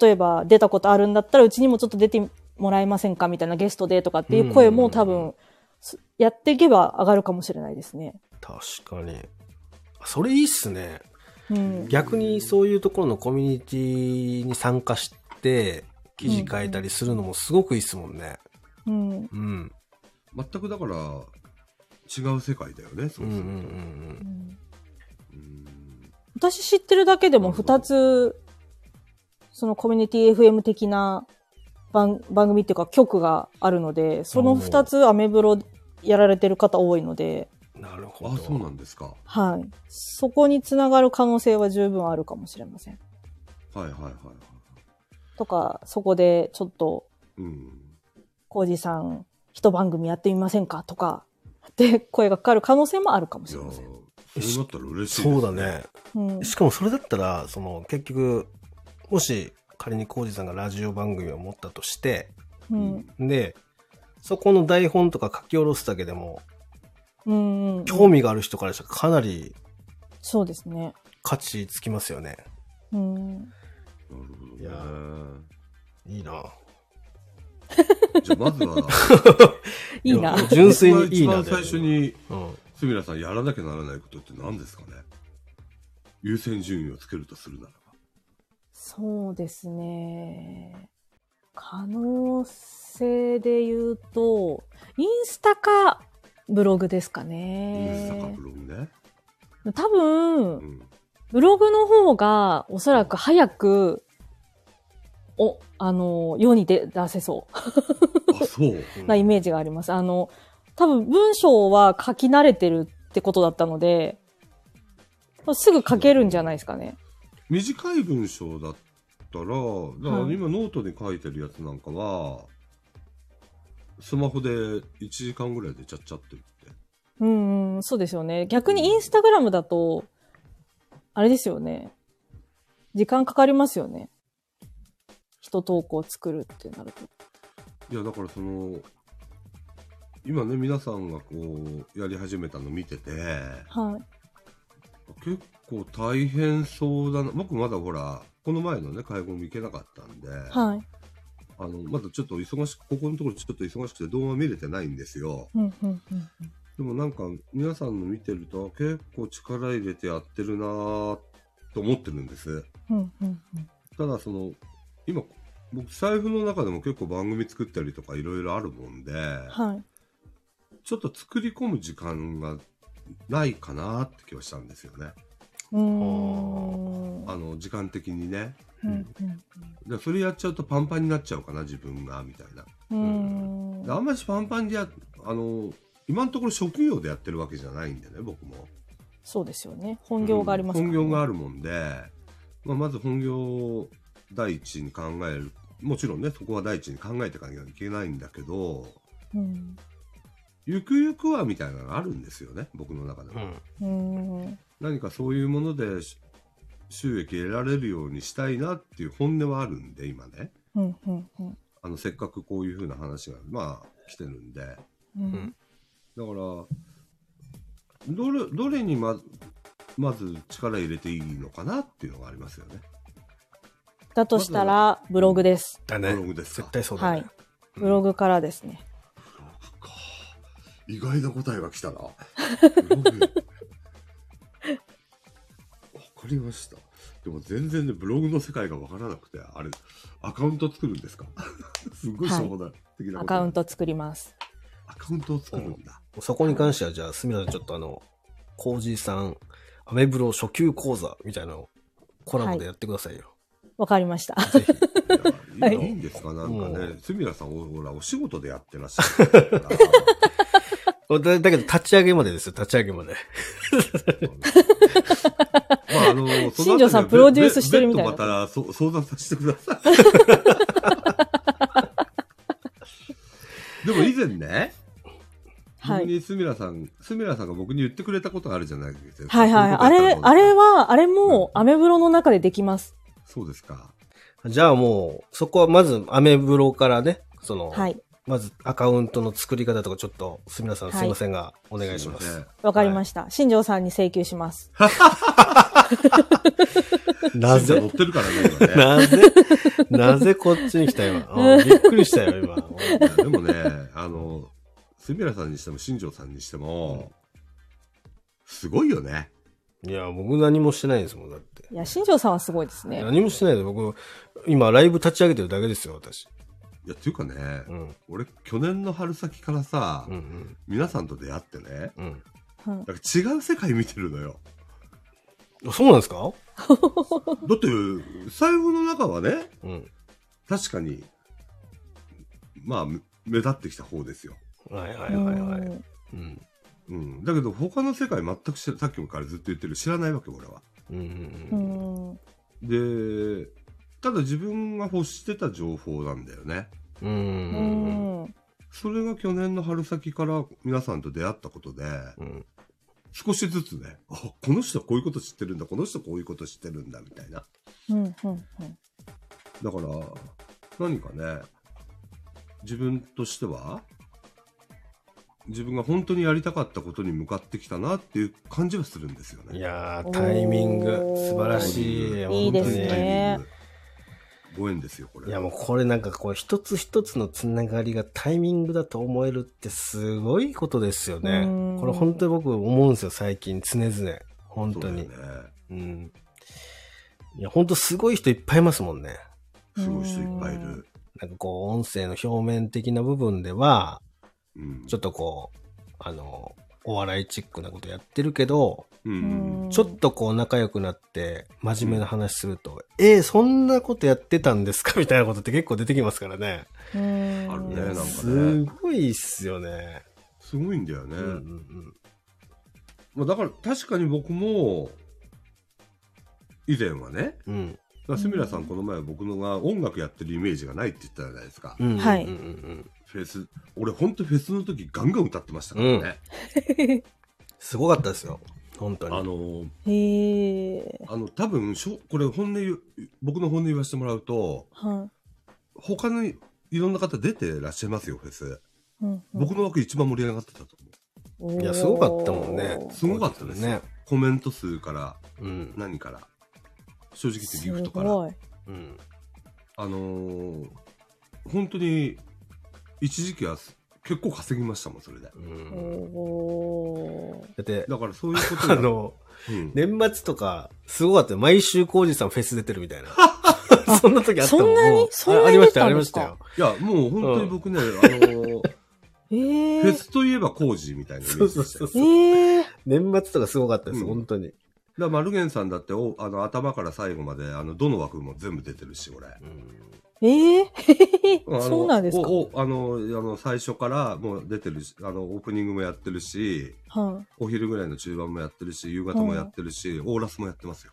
例えば出たことあるんだったら、うちにもちょっと出てもらえませんかみたいなゲストでとかっていう声うもん多分、すやっていけば上がるかもしれないですね。確かに。それいいっすね。うん。逆にそういうところのコミュニティに参加して、記事書いたりするのもすごくいいっすもんね。うん。うん。全くだから、違う世界だよね、そううんすうんるうと。んうん私知ってるだけでもなるほど2つ、そのコミュニティ FM 的な番番組っていうか曲があるので、その2つアメブロやられてる方多いので、うん。なるほど。あ、そうなんですか。はい。そこにつながる可能性は十分あるかもしれません。はいはいはいはい。とか、そこでちょっと、うん。コージさん、一番組やってみませんかとか、で、声がかかる可能性もあるかもいしやれません。ー、そうなったら嬉しい、そうだ。ね。うん。しかもそれだったら、その結局、もし仮にコージさんがラジオ番組を持ったとして、うん。で、そこの台本とか書き下ろすだけでも、うんうん。興味がある人からしたらかなりそうですね。価値つきますよね。うん。なるほどねいやいいな。じゃあ まずは、いいな。や純粋にいいな僕が一番最初に、うん。すみらさんやらなきゃならないことって何ですかね優先順位をつけるとするならそうですね。可能性で言うと、インスタかブログですかば。インスタかねブ。ログね。多う分、 ん。ブログの方がおそらく早く、お、あの、世に出出せそう。あ、そう。なイメージがあります。あの、多分文章は書き慣れてるってことだったので、すぐ書けるんじゃないですかね。短い文章だったら、だからはい今ノートに書いてるやつなんかは、スマホで1時間ぐらいでちゃっちゃって言って。うん、うん、そうですよね。逆にインスタグラムだと、あれですよね。時間かかりますよね。一投稿作るってなると。いやだからその今ね皆さんがこうやり始めたの見ててはい。結構大変そうだな僕まだほらこの前のね会合も行けなかったんで、はい。あのまだちょっと忙しくここのところちょっと忙しくて動画見れてないんですようん、うん、うん。でもなんか皆さんの見てると結構力入れてやってるなぁと思ってるんですうん、うん、うん。ただその今僕財布の中でも結構番組作ったりとかいろいろあるもんで、はい。ちょっと作り込む時間がないかなって気はしたんですよね。うーん。あの、時間的にね。うん、うんで、それやっちゃうとパンパンになっちゃうかな、自分が、みたいな。うん。うでーあん。んまりパンパンでや、あの、今のところ職業でやってるわけじゃないんでね、僕も。そうですよね。本業がありますうから、んね本業があるもんで、まあ、まず本業を第一に考える。もちろんね、そこは第一に考えていかなきゃいけないんだけど、うん。ゆくゆくはみたいなのがあるんですよね、僕の中でも。うん。うん。何かそういうものでし収益得られるようにしたいなっていう本音はあるんで今ねうんうんうんあのせっかくこういうふうな話がまあ来てるんでだからうんどれどれにままず力入れていいのかなっていうのがありますよね。だとしたら、ブログです。だね。ブログですか絶対そうだはねい。。ブログからですね。意外な答えが来たな。ブログわかりました。でも全然ね、ブログの世界がわからなくて、あれ、アカウント作るんですかすごいはいしょうもない。的アなことカウン。ト作ります。アカウントを作るんだ。そこに関しては、じゃあ、すみません、ちょっとあの、コージーさん、アメブロ初級講座みたいなのをコラボでやってくださいよ。わかりました。ぜひ。いやはいいいんですかなんかうね。すみらさん、おほら、お仕事でやってらっしゃるから。だだけど、立ち上げまでですよ、立ち上げまで。まあ、あの、新庄さんプロデュースしてるみたいなな。別途またそ相談させてください。でも以前ね、はい僕にスミラさん、スミラさんが僕に言ってくれたことがあるじゃないですか。はいはい。こあういれう、ことやったのあれは、あれも、アメブロの中でできます。そうですか。じゃあもう、そこはまず、アメブロからね、その、はい。まずアカウントの作り方とか、ちょっと、すみません、すいませんが、お願いしますせんす。。わかりました。新庄さんに請求します。な新庄 ぜ乗ってるからね、今ね。なぜ、なぜこっちに来た今。うんびっくりしたよ、今。いやでもね、あの、スミラさんにしても、新庄さんにしても、すごいよね。いや、僕何もしてないですもん、だって。いや、新庄さんはすごいですね。何もしてないで、僕、今、ライブ立ち上げてるだけですよ、私。いや、っていうかね、うん。俺、去年の春先からさ、うん皆さんと出会ってね、うん。うんうんなんか違う世界見てるのよ。あ。そうなんですかだって、財布の中はね、うん。確かに、まあ、目目立ってきた方ですよ。はいはいはいはうい。んうん。うん。だけど、他の世界全く知ら、さっきからずっと言ってる、知らないわけ、俺は。うんううんん。で、ただ自分が欲してた情報なんだよね。うん。う。うんん。それが去年の春先から皆さんと出会ったことで、うん。少しずつね、あ、この人こういうこと知ってるんだ、この人こういうこと知ってるんだ、みたいな。うん。うん。だから、何かね、自分としては、自分が本当にやりたかったことに向かってきたなっていう感じはするんですよね。いやー、タイミング、おー素晴らしい。いいですね本当に。ご縁ですよ、これ。いやもうこれなんかこう一つ一つのつながりがタイミングだと思えるってすごいことですよねうん。これ本当に僕思うんですよ最近常々。本そう当だよに。ね。うん。いや本当すごい人いっぱいいますもんね。すごい人いっぱいいる。なんかこう音声の表面的な部分では、うん。ちょっとこう、あの、お笑いチックなことやってるけど、う。うんんちょっ。とこう仲良くなって真面目な話すると、えー、そんなことやってたんですか みたいなことって結構出てきますからね。うんあるねいなやんかねすごいっすよね。すごいんだよね。うんうんまあ、だから確かに僕も、以前はね、うんうんだからスミラさんこの前僕のが音楽やってるイメージがないって言ったじゃないですか。うんうんはいうんうんフェス、俺ほんとフェスの時ガンガン歌ってましたからね。すごかったですよ。本当に。あのー、 へえ。あの、多分しょ、これ本音言う、僕の本音言わせてもらうと、は他のいろんな方出てらっしゃいますよ、フェス。い。うん僕の枠一番盛り上がってたと思う。いや、すごかったもんね。すごかったですね。コメント数から、うん。何から。正直言ってギフトすから。ごい。うん。あのー、本当に、一時期はす結構稼ぎましたもん、それで。うん。おーだって、だからそういうこと あがの、うん年末とか、すごかったよ。毎週、コージさんフェス出てるみたいな。そんな 時あったもん。そんなにもうそんなああにりましたよ、あり出たんまですしかたよ。いや、もう本当に僕ね、あのー、ええ。フェスといえば工事みたいなイメージでしたそうそうそうよええ。年末とかすごかったです、うん本当に。だからマルゲンさんだっておあの頭から最後まであのどの枠も全部出てるし俺ええ。あのそうなんですかおおあのあの最初からもう出てるしあのオープニングもやってるしはお昼ぐらいの中盤もやってるし夕方もやってるし、オーラスもやってますよ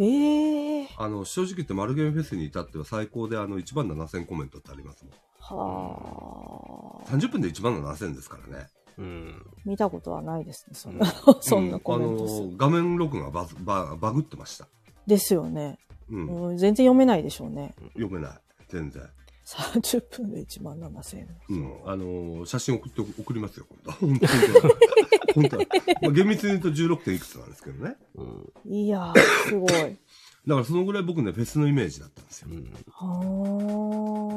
い。ええ。あの正直言ってマルゲンフェスに至っては最高であの1万7000コメントってありますもんはあ。 30分で1万7000ですからねうん。見たことはないですね。そんうな、 そんうなコメント数あの画面録画バズババグってましたですよね。うん、うん全然読めないでしょうね。読めない全然30分で1万7000円。うん、あのー写真送って送りますよ、 今度。本当に。本当まあ、厳密に言うと16点いくつなんですけどね。うん。いやー、すごい。だからそのぐらい僕ね、フェスのイメージだったんですよう。ん。はー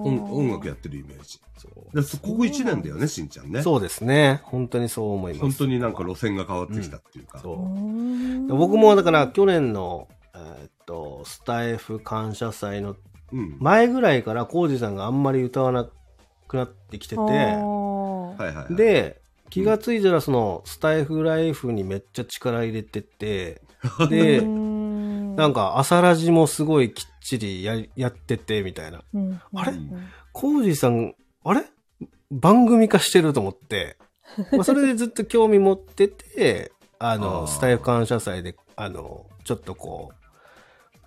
音音楽やってるイメージ。そうでそここ1年だよね、しんちゃんね。そうですね。本当にそう思います。本当になんか路線が変わってきたっていうか。そううーん僕もだから去年の、えーっと、スタイフ感謝祭のうん。前ぐらいから浩二さんがあんまり歌わなくなってきてて、あはいはいはい。、で、気がついたらそのスタイフライフにめっちゃ力入れてて、ーで、な、なんか朝ラジもすごいきっちりややっててみたいな。うんあれうん浩二さん、あれ番組化してると思って、まあ、それでずっと興味持ってて、あの、あースタイフ感謝祭で、あの、ちょっとこう、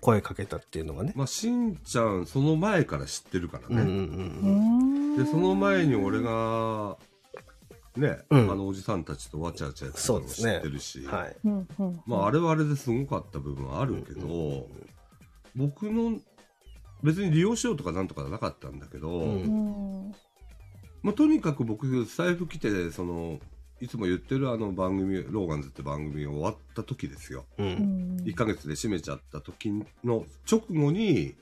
声かけたっていうのがね。まあ、しんちゃん、その前から知ってるからうんうんうんね。で、その前に俺が、ね、うんあのおじさんたちとわちゃわちゃやってたそうのでもす知ねってるし、うんうん。はい。うんうんまあ、あれはあれですごかった部分はあるけど、僕の、別に利用しようとかなんとかなかったんだけど、うんうんまあ、とにかく僕、財布来て、その、いつも言ってるあの番組、ローガンズって番組終わった時ですよ。う。うんん1ヶ月で閉めちゃった時の直後に、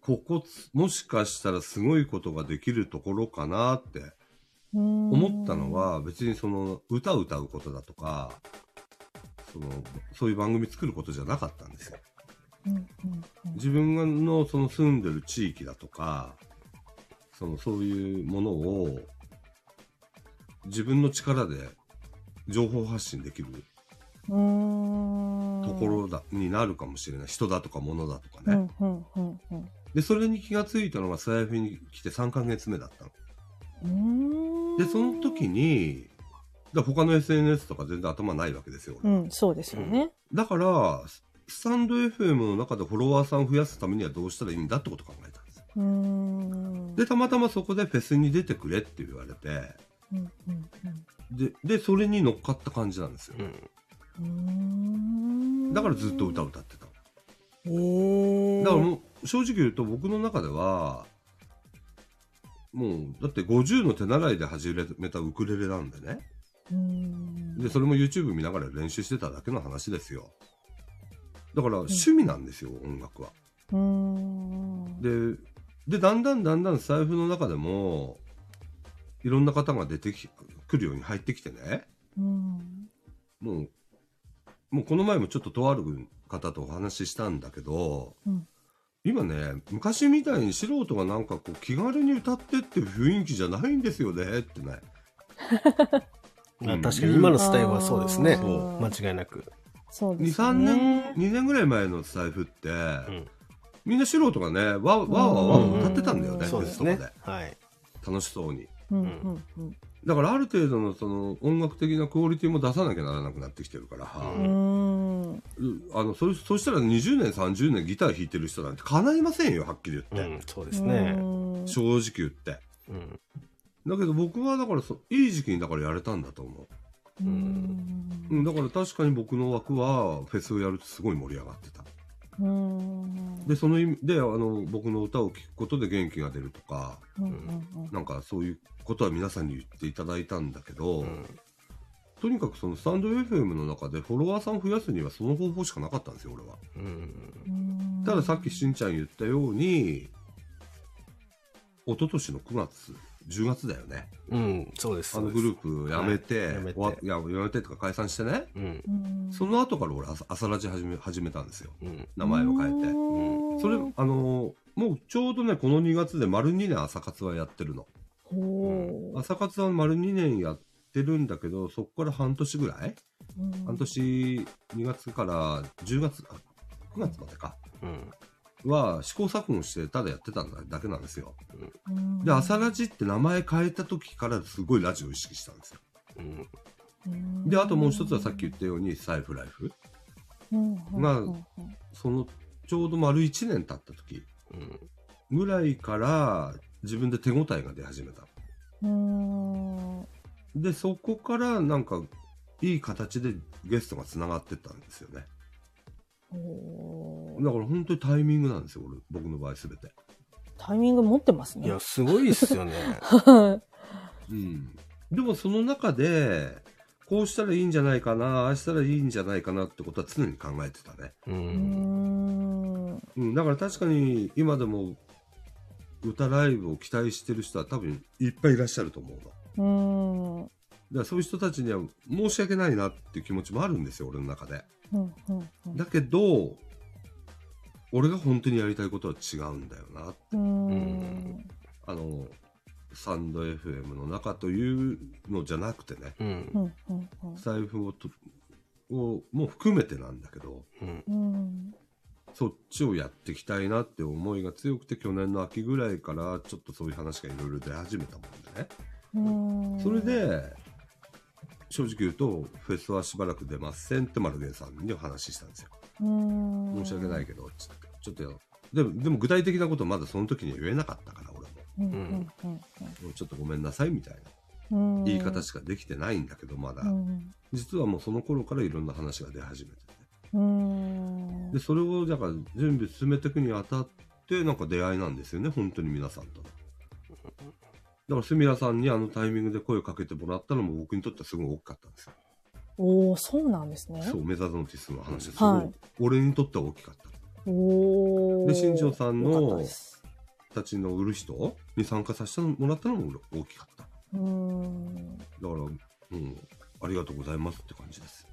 ここつ、もしかしたらすごいことができるところかなって思思ったの、は、別にその歌を歌うことだとか、その、そういう番組作ることじゃなかったんですよ。うんうんうん自分のその住んでる地域だとか、そのそういうものを自分の力で情報発信できるうーんところだ、になるかもしれない。人だとか物だとかうね。んうんうんうんで、それに気がついたのが財布に来て3ヶ月目だったの。うーんで、その時に、だから他の SNS とか全然頭ないわけですよ。う俺んそうですよねだから、ススタンド FM の中でフォロワーさんを増やすためにはどうしたらいいんだってことを考えたんですよ。うーんで、たまたまそこでフェスに出てくれって言われて、うんうんで、で、それに乗っかった感じなんですよう。ん。うんうーんだからずっと歌を歌ってた。えーだからもう、正直言うと僕の中では、もう、だって50の手習いで始めたウクレレなんでね。うーんで、それも YouTube 見ながら練習してただけの話ですよ。だから趣味なんですよ、音楽は。うーんで、で、だんだんだんだん財布の中でも、いろんな方が出てき、来るように入ってきてね。うんもう、もうこの前もちょっととある方とお話ししたんだけど、うん今ね、昔みたいに素人がなんかこう気軽に歌ってっていう雰囲気じゃないんですよねっ てね。まあうん確かに今のスタイルはそうですね。あー間違いなく。そう2、です3年ね、 2年ぐらい前の財布って、うん。みんな素人がね、わーわーわーわー歌ってたんだうよね、んフそうェでスすとかねで。。はい。楽しそうに。うんうんうんだからある程度のその音楽的なクオリティも出さなきゃならなくなってきてるから、うーんあのそれそしたら20年30年ギター弾いてる人なんて叶いませんよはっきり言うって、ん。そうですね。うーん正直言ってうん。だけど僕はだからそいい時期にだからやれたんだと思うーんう、うん、だから確かに僕の枠はフェスをやるとすごい盛り上がってたうーんでその意味であの僕の歌を聴くことで元気が出るとかうんうんなんかそういうことは皆さんに言っていただいたんだけど、うんとにかくそのスタンド FM の中でフォロワーさんを増やすにはその方法しかなかったんですよ俺は。うん。うんたださっきしんちゃん言ったように、一昨年の9月、10月だよね。うん。そうです。あのグループ辞めて、はい辞めて終わいや辞めてとか解散してね。うん。うんその後から俺、朝朝ラジ始め、始めたんですよ。うん。名前を変えて。うーんそれ、あのーもうちょうどね、この2月で丸2年朝活はやってるの。ほう朝活は丸2年やってるんだけど、そこから半年ぐらいうん半年、2月から10月、あ9月までか。うん。は試行錯誤してただやってたんだだけなんですよ。うんで、朝ラジって名前変えた時からすごいラジオを意識したんですよ。うん。うんで、あともう一つはさっき言ったように、財布ライフ。うんまあうんうんうんその、ちょうど丸1年経った時うん。ぐらいから自分で手応えが出始めた。うーんで、そこからなんか、いい形でゲストが繋がってったんですよね。おーだから本当にタイミングなんですよ、俺、僕の場合すべて。タイミング持ってますいね や、。すごいっすよね。うん。でもその中で、こうしたらいいんじゃないかな、ああしたらいいんじゃないかなってことは常に考えてたね。ううーん。んううん、だから確かに今でも歌ライブを期待してる人は多分いっぱいいらっしゃると思うの。だかーんうんらそういう人たちには申し訳ないなっていう気持ちもあるんですよ、俺の中で。うんうんだけど、俺が本当にやりたいことは違うんだよなうーうんん。あのサンド FM の中というのじゃなくてねうんう。ん。うん。うんスタイフをとをも含めてなんだけどうん。うん。そっちをやっていきたいなって思いが強くて去年の秋ぐらいからちょっとそういう話がいろいろ出始めたもんでねうんそれ、で正直言うとフェスはしばらく出ませんって丸源さんにお話ししたんですよ申申し訳ない。けどつってちょっとやでもでも具体的なことまだその時には言えなかったから俺もうんうんうんもうちょっとごめんなさいみたいなうん、言い方しかできてないんだけどまだ、うん実はもうその頃からいろんな話が出始めててうんでそれをだから準備進めていくにあたってなんか出会いなんですよね本当に皆さんとのだからすみらさんにあのタイミングで声かけてもらったのも僕にとってはすごい大きかったんですよおおそうなんですね。そうメザノーティスの話はすごい、はい俺にとっては大きかったおお。で新庄さんのよかったですたちの売る人に参加させてもらったのも俺大きかっただかうーん。らうんありがとうございますって感じです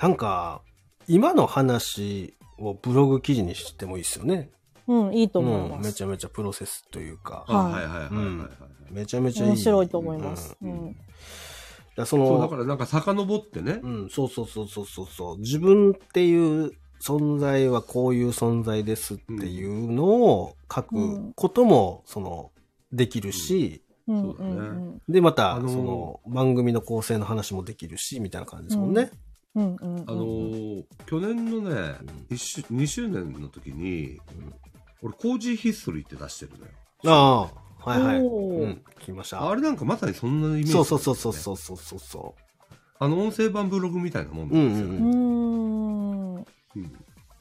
なんか、今の話をブログ記事にしてもいいですよね。うん、いいとう思いん。まめす。ちゃめちゃプロセスというか、はいあはいはいはいはいはい、めちゃめちゃいい。面白いと思います。ううんん。だそそうのだからなんか遡ってね、うん、そうそうそうそうそうそう。自分っていう存在はこういう存在ですっていうのを書くことも、その、できるし、うんそうだねうんで、また、あのーその、番組の構成の話もできるし、みたいな感じですもんね。うんうんうん。あのー去年のね、う一周2周年の時に、うん俺工事ヒストリーって出してるのよああ、はいはい。おーうん、聞きました。あれなんかまさにそんなイメージ、そうそうそうそうそうそうそうそあの音声版ブログみたいなもんう。うなんんですうよ、うんーん。うんうん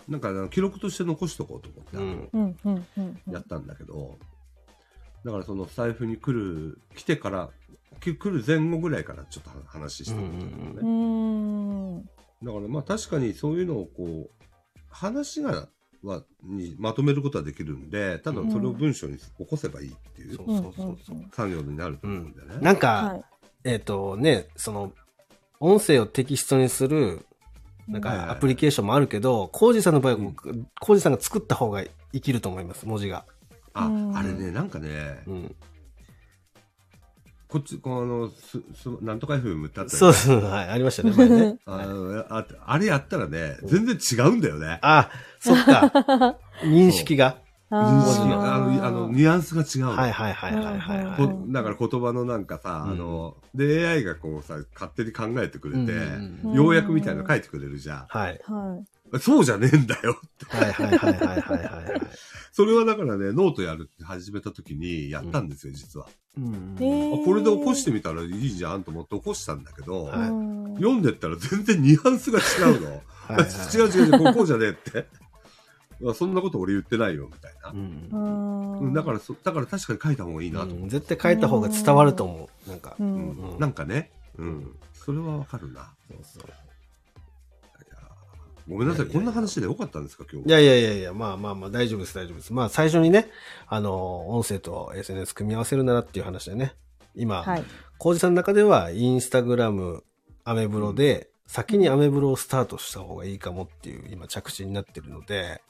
なんかあの記録として残しとこうと思って、うん。うんうんうんうん。やったんだけどだからその財布に来る来てからき来る前後ぐらいからちょっと話してたんだけうどね、んうんうーん。だからまあ確かにそういうのをこう話がはにまとめることはできるんでただそれを文章に起こせばいいっていうそううんそうそうそう。作業になると思うんだよね。なんか、はい。えっ、とね、その、音声をテキストにする、なんはいはいかはアいプリケーションもあるけど、コージさんの場合は、コージさんが作った方が生きると思います、文字が。あうんあれねなんかね、うん。こっちこのすすなんとか FM ってあったそようね。そう、はい、ありましたね、前 ねあのああれやったらね全然違うんだよね。あ、そっか、認識が。認文字識のがあのあのニュアンスが違うの。はいはいはいはいはい、はい。こうんだから言葉のなんかさ、あの、で、AI がこうさ、勝手に考えてくれうんうんて、うんようやくみたいなの書いてくれるじゃはい。はい。ん。そうじゃねえんだよ って。はいはいはいはいはいはいはい。それはだからね、ノートやるって始めた時にやったんですよ、実は。うんえあーこれで起こしてみたらいいじゃんと思って起こしたんだけど、はいうん読んでったら全然ニュアンスが違うの。はいはい 違う違う違う、こうこうじゃねえって。うわそんなこと俺言ってないよ、みたいなう。うんうんんだからそ、だから確かに書いた方がいいなとう思んう。絶対書いた方が伝わると思う。なんか。ううんうんなんかね、うん。それはわかるな。いやーごめんなさい、いやいやいやこんな話でよかったんですか、今日。いやいやいやいや、まあまあまあ、大丈夫です、大丈夫です。まあ、最初にね、あの、音声と SNS 組み合わせるならっていう話でね、今、はい。浩二さんの中では、インスタグラム、アメブロで、先にアメブロをスタートした方がいいかもっていう、今、着地になってるので、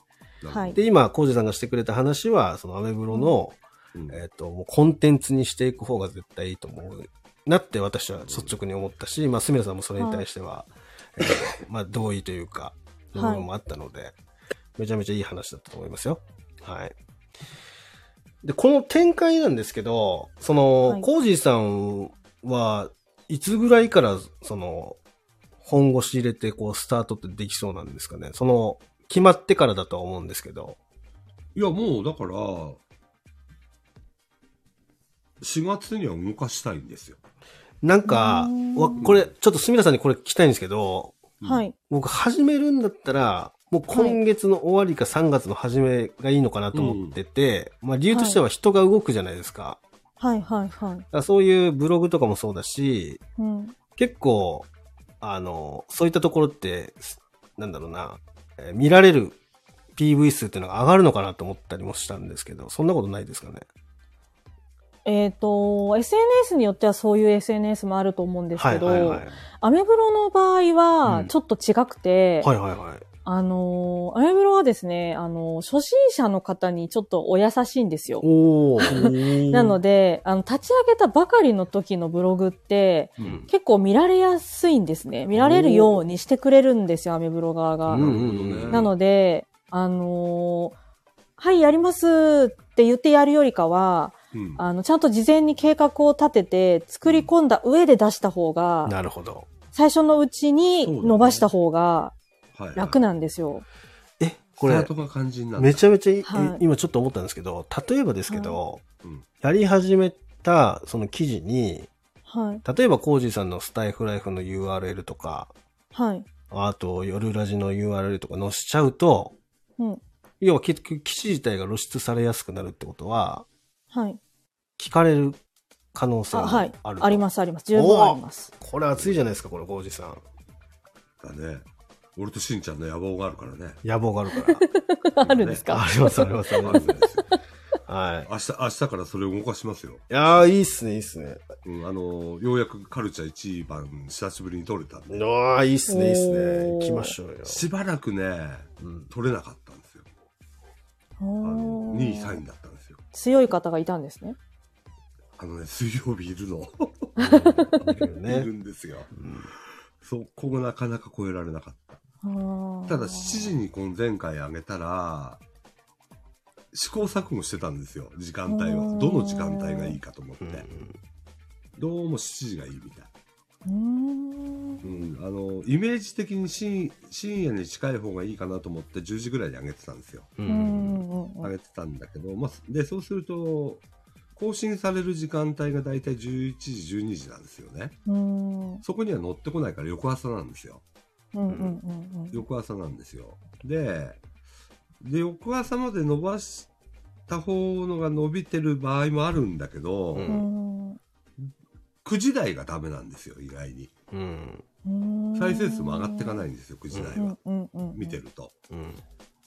なるほどはいで、今、浩二さんがしてくれた話は、そのアメブロの、うんえっ、と、もうコンテンツにしていく方が絶対いいと思うなって私は率直に思ったし、まあ、すみれさんもそれに対しては、えーまあ、同意というか、い部分もあったので、めちゃめちゃいい話だったと思いますよ。はい。で、この展開なんですけど、そはの、いコージーさんはいつぐらいから、その、本腰入れて、こう、スタートってできそうなんですかね。その、決まってからだとは思うんですけど。いや、もうだから、4月には動かしたいんですよ。なんかうー、んわこれ、ちょっとすみらさんにこれ聞きたいんですけど、はい。僕始めるんだったら、もう今月の終わりか3月の初めがいいのかなと思ってて、まあ理由としては人が動くじゃないですか。はいはいはだ。いからそういうブログとかもそうだし、うん。結構、あの、そういったところって、すなんだろうな、えー見られる PV 数っていうのが上がるのかなと思ったりもしたんですけど、そんなことないですかね。えっと、SNS によってはそういう SNS もあると思うんですけはいはいどはい。、アメブロの場合うはんちょっと違くて、はいはいはい。あのー、アメブロはですね、あのー初心者の方にちょっとお優しいんですよ。おお。 なので、で、あの、立ち上げたばかりの時のブログって、うん結構見られやすいんですね。見られるようにしてくれるんですよ、アメブロ側が。うんうんうんなので、あのーはい、やりますって言ってやるよりかは、うんあの、ちゃんと事前に計画を立てて、作り込んだ上で出した方が、なるほど。最初のうちそうだにね伸ばした方がはい楽なんですよ。え、ここれスれター、トが肝心なんだめちゃめちゃい、はい今ちょっと思ったんですけど、例えばですけど、うんやり始めたその記事に、はい。例えばコージーさんのスタイフライフの URL とか、はい。あと夜ラジの URL とか載せちゃうと、うん。要は結局記事自体が露出されやすくなるってことは、はい。聞かれる可能性あ、もはあいる。。あります、あります。十分あります。これ熱いじゃないですか、これコージーさん。だね俺としんちゃんの野望があるからね野望があるから。 あるんですかありますあり ますありあまるんす。ですよ はい。明日明日からそれを動かしますよ、いやー、いいっすね、いいっすね。うん、あのようやくカルチャー1番久しぶりに取れたんでああ、いいっすね、いいっすね。行おーきましょうよ。しばらくねうん取れなかったんですよ あのおー2位3位だったんですよ強い方がいたんですね。あのね水曜日いるの いね る。んですようんそこがなかなか超えられなかったあーただ7時にこの前回あげたら試行錯誤してたんですよ時間帯うをんどの時間帯がいいかと思って、うんどうも7時がいいみたい、うーん。うん、あのイメージ的に深深夜に近い方がいいかなと思って10時ぐらいにあげてたんですよううんんうんうんあげてたんだけど、まあ、でそうすると更新される時間帯がだいたい11時12時なんですよねうんそこには乗ってこないから翌朝なんですようんうんうんうん翌朝なんですよ。で、で、翌朝まで伸ばした方のが伸びてる場合もあるんだけど、ううーん。う9時台がダメなんですよ、意外に。うんーん再生数も上がっていかないんですよ、9時台うはん。うんうん。見て。ると。うん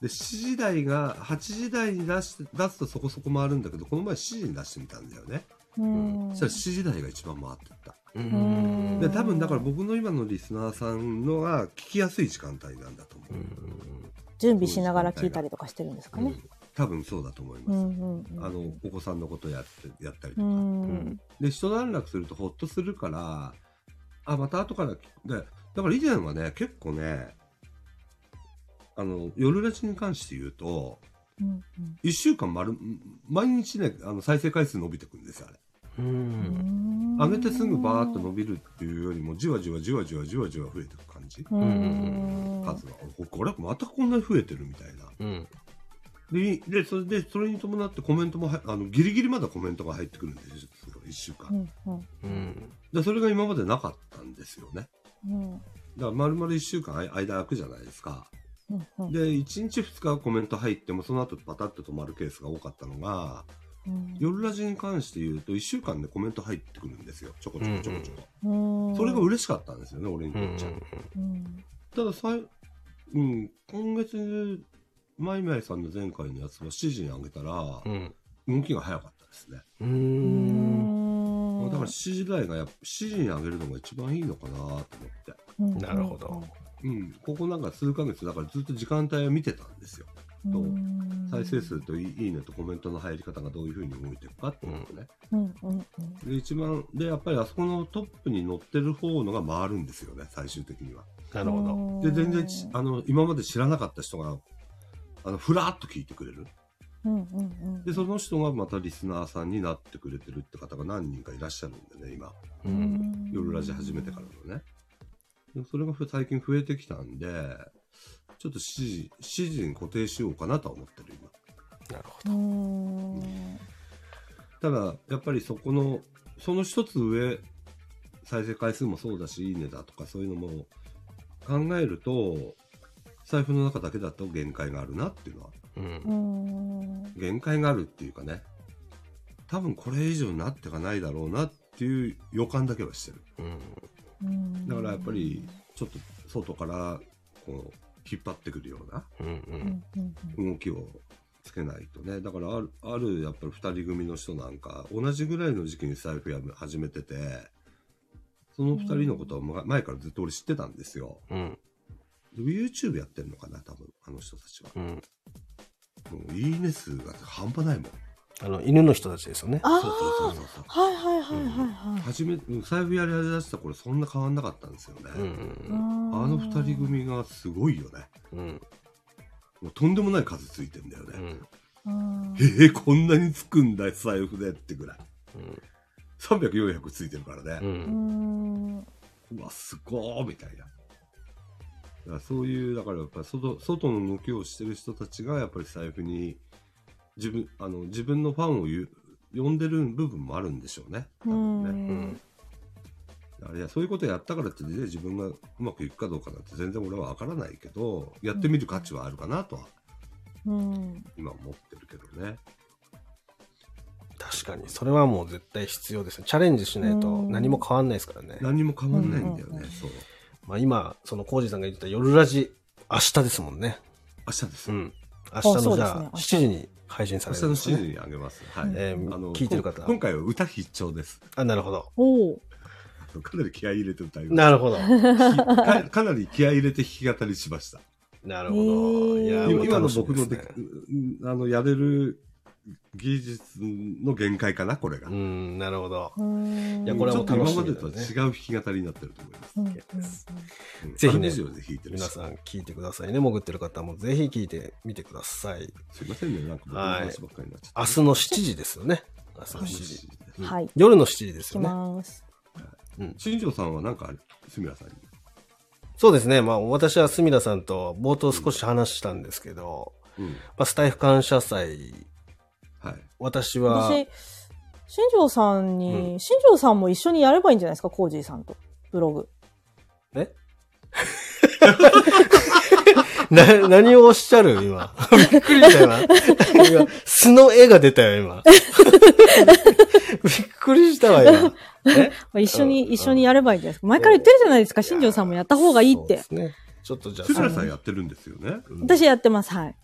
で、7時台が、8時台に出して、出すとそこそこ回るんだけど、この前7時に出してみたんだよね。うん。そしたら7時台が一番回ってった。うんで、多分だから僕の今のリスナーさんのが聞きやすい時間帯なんだと思う。準備しながら聞いたりとかしてるんですかうね。ん多分そうだと思いうます。んうんうん。あの、お子さんのことやって、やったりとうか。ん。で一段落するとほっとするからあまた後からでだから以前はね結構ねあの夜ラジに関して言うとうん1週間丸毎日ねあの再生回数伸びてくんですよあれううんん。上げてすぐバーッと伸びるっていうよりもじわじわじわじわじわじわ増えてく感じうんうんうん数がおこれまたこんなに増えてるみたいなうんででそれでそれに伴ってコメントもはあのギリギリまだコメントが入ってくるんですよ1週う間んうんうんでそれが今までなかったんですよねうんだから丸々1週間あい間空くじゃないですか。うんうんで、1日2日はコメント入っても、その後パタッと止まるケースが多かったのが、うん夜ラジに関して言うと、1週間でコメント入ってくるんですよ。ちょこちょこちょこちょこ。うんそれが嬉しかったんですよね、俺にうとっんちゃ。うんたださい、うん、今月、まいまいさんの前回のやつは7時に上げたらう、ん動きが早かったですね。ううんんだから7時台がやっぱ、7時に上げるのが一番いいのかなと思って。うんなるほどうん、ここなんか数ヶ月、だからずっと時間帯を見てたんですよ。とうん再生数といいいいねとコメントの入り方がどういうふうに動いてるかっていうのね、うんうんうんで一番でやっぱりあそこのトップに乗ってる方のが回るんですよね最終的にはなるほどどで全然ちあの今まで知らなかった人があのふらっと聞いてくれるうんうんうんでその人がまたリスナーさんになってくれてるって方が何人かいらっしゃるんでね今うん夜ラジ始めてからのねでそれがふ最近増えてきたんでちょっと7時 ,7 時に固定しようかなとは思ってる今なるほどうんただやっぱりそこのその一つ上再生回数もそうだし「いいね」だとかそういうのも考えると財布の中だけだと限界があるなっていうのはうんうん限界があるっていうかね多分これ以上になってかないだろうなっていう予感だけはしてるうんうんだからやっぱりちょっと外からこう引っ張ってくるようなうんううんんうん動きをつけないとねだからあるあるやっぱり2人組の人なんか同じぐらいの時期に財布やめ始めててその2人のことはま前からずっと俺知ってたんですようんでも YouTube やってるのかな、多分、あの人たちは。うん。もう、いいね数が半端ないもん。あの、犬の人たちですよね。あそうそうそうそう。あ、はいはいはいはいはい。初め、財布やり始めた頃、そんな変わんなかったんですよね。うんうんあの二人組がすごいよね。うん。うんもうとんでもない数ついてんだよね。うんええこんなにつくんだ、財布でってぐらい。うん300、400ついてるからうね。うんんうわ、すごーみたいな。だからそういう、だからやっぱり外外の動きをしてる人たちが、やっぱり財布に、自分、あの、自分のファンをゆ呼んでる部分もあるんでしょうね。多分ね。うんあれやそういうことやったからってね自分がうまくいくかどうかなんて全然俺は分からないけどやってみる価値はあるかなとはうん今思ってるけどね確かに、それはもう絶対必要ですね。チャレンジしないと何も変わんないですからね。何も変わんないんだよね、うんそうまあ今、そのコージさんが言ってた夜ラジ、明日ですもんね。明日です、うん。明日そのうじですゃねあ、7時に配信さ明れ日るんのですね7時にあげます、はいうんえー聞いてる方こん今回は歌必聴ですあ、なるほど。おうあのかなり気合い入れて歌いまなるほど。したかかなり気合い入れて弾き語りしましたなるほど。えーいや、今今もう楽のしみ僕のでですねうんあのやれる技術の限界かなこれが、うん、なるほど。うんいやこれはちもょっうと楽今しみまだねでとは違う弾き語りになってると思いますうんうんうんぜひねアルペジオで弾いてるし皆さん聞いてくださいね。潜ってる方もぜひ聞いてみてください。すいませんね、なんか僕の話ばっかりになっちゃった。明日の7時ですよね。明日の7明日の時。う7時んはい夜の7時で聞すきよね。ます新庄さんはなんかある、すみらさんに。そうですね。まあ、私はすみらさんと冒頭少し話したんですけど、うん。まあ、スタイフ感謝祭、はい。私は、私新庄さんうに新庄さんも一緒にやればいいんじゃないですかコージーさんとブログえな、何をおっしゃる 今。びっくりした今。今、素の絵が出たよ、今。びっくりしたわ、今。え一緒うんに一緒にやればいいんじゃないですか前から言ってるじゃないですか新庄さんもやった方がいいっそうてですね。ちょっとじゃあ、すみらさんやってるんですよね。うん私やってますはい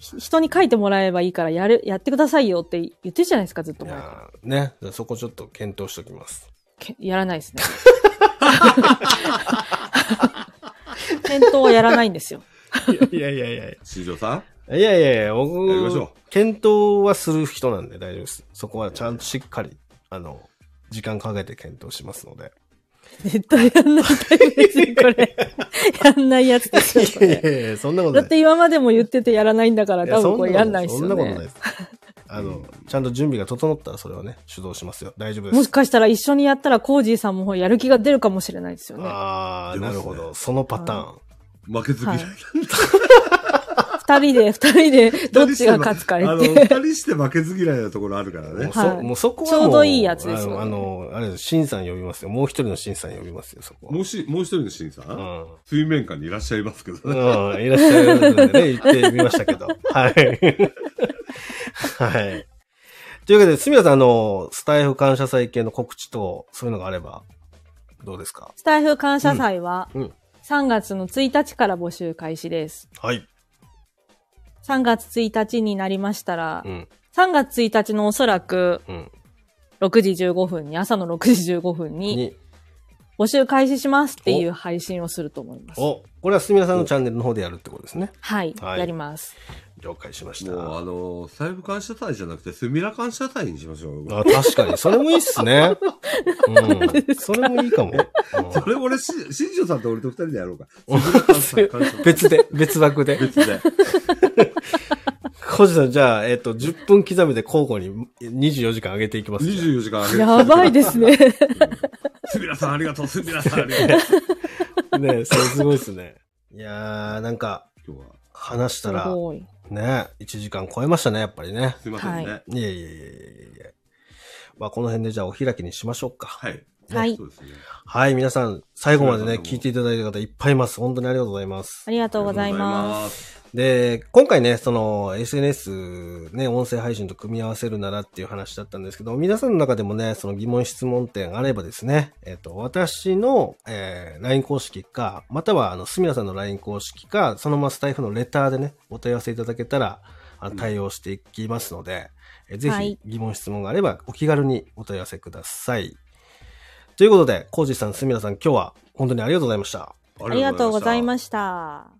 ひ人に書いてもらえばいいからやるやってくださいよって言ってるじゃないですかずっとい前からやーね、じゃあそこちょっと検討しときます。けやらないですね検討はやらないんですよいやいやいやい新庄さんや。いやいやいや、僕やりましょ、検討はする人なんで大丈夫です。そこはちゃんとしっかり、あの、時間かけて検討しますので。絶対やんないタイプですね、これ。やんないやつでしょ、こいやいれ。やいや、そんなことなだいっ。て今までも言っててやらないんだから、いや多分これやんないっすそよんなことないねで。す。あの、うんちゃんと準備が整ったらそれはね、主導しますよ。大丈夫でもしす。かしたら一緒にやったら、コージーさんもやる気が出るかもしれないですよね。ああ、出なまするねほど。そのパターン。負けず嫌いなんだ。二人で、二人で、どっちが勝つかあの、っ二て。人して負けず嫌いなところあるからもねう。そはいもうそこはちもょうどいいやつですよねあの、あのあれです、シンさん呼びますよ。もう一人のシンさん呼びますよ、そこは。もうし、もう一人の新さん、う水面下にいらっしゃいますけどね。ん。うん、いらっしゃるの でね、行ってみましたけど。はい。はい。というわけで、すみません、あの、スタイフ感謝祭系の告知と、そういうのがあれば、どうですかスタイフ感謝祭はうんうん、 3月の1日から募集開始です。はい。 3月1日になりましたらう、ん、 3月1日のおそらくうん。 6時15分に、朝の6時15分に、に、募集開始しますっていう配信をすると思います。お、これはすみらさんのチャンネルの方でやるってことですね。はい、はいやり ます。了解しましもう、た。あの、財布感謝祭じゃなくて、すみら感謝祭にしましょ う。あ確かに、それもいいっすね。うん。それもいいかも。それ俺、し新庄さんと俺と二人でやろ うか。すみら感謝祭感謝うん祭別で、別枠で。別で。コジさん、じゃあ、えっ、と、10分刻みで交互に24時間上げていきます。 24時間あげるやばいですね。 すみらさんありがとう、 すみらさんありがとう。ねそれすごいっすね。いやー、なんか、今日は、話しすた ら、ごい。ね、1時間超えましたね、やっぱりね。すみませんね。いえいえいえいえいえ。まあ、この辺でじゃあお開きにしましょうか。はい。はいそうですね。はい、皆さん、最後までね、皆さんも聞いていただいた方いっぱいいます。本当にありがとうございますあ。りがとうございます。す。で、今回ね、その SNS ね、音声配信と組み合わせるならっていう話だったんですけど、皆さんの中でもね、その疑問質問点あればですね、えっ、と、私の、えー LINE 公式か、または、あの、すみらさんの LINE 公式か、そのままスタイフのレターでね、お問い合わせいただけたら、あの対応していきますので、えぜはひい疑問質問があれば、お気軽にお問い合わせください。ということで、コージさん、すみらさん、今日は本当にありがとうございました。あありがとうございしました。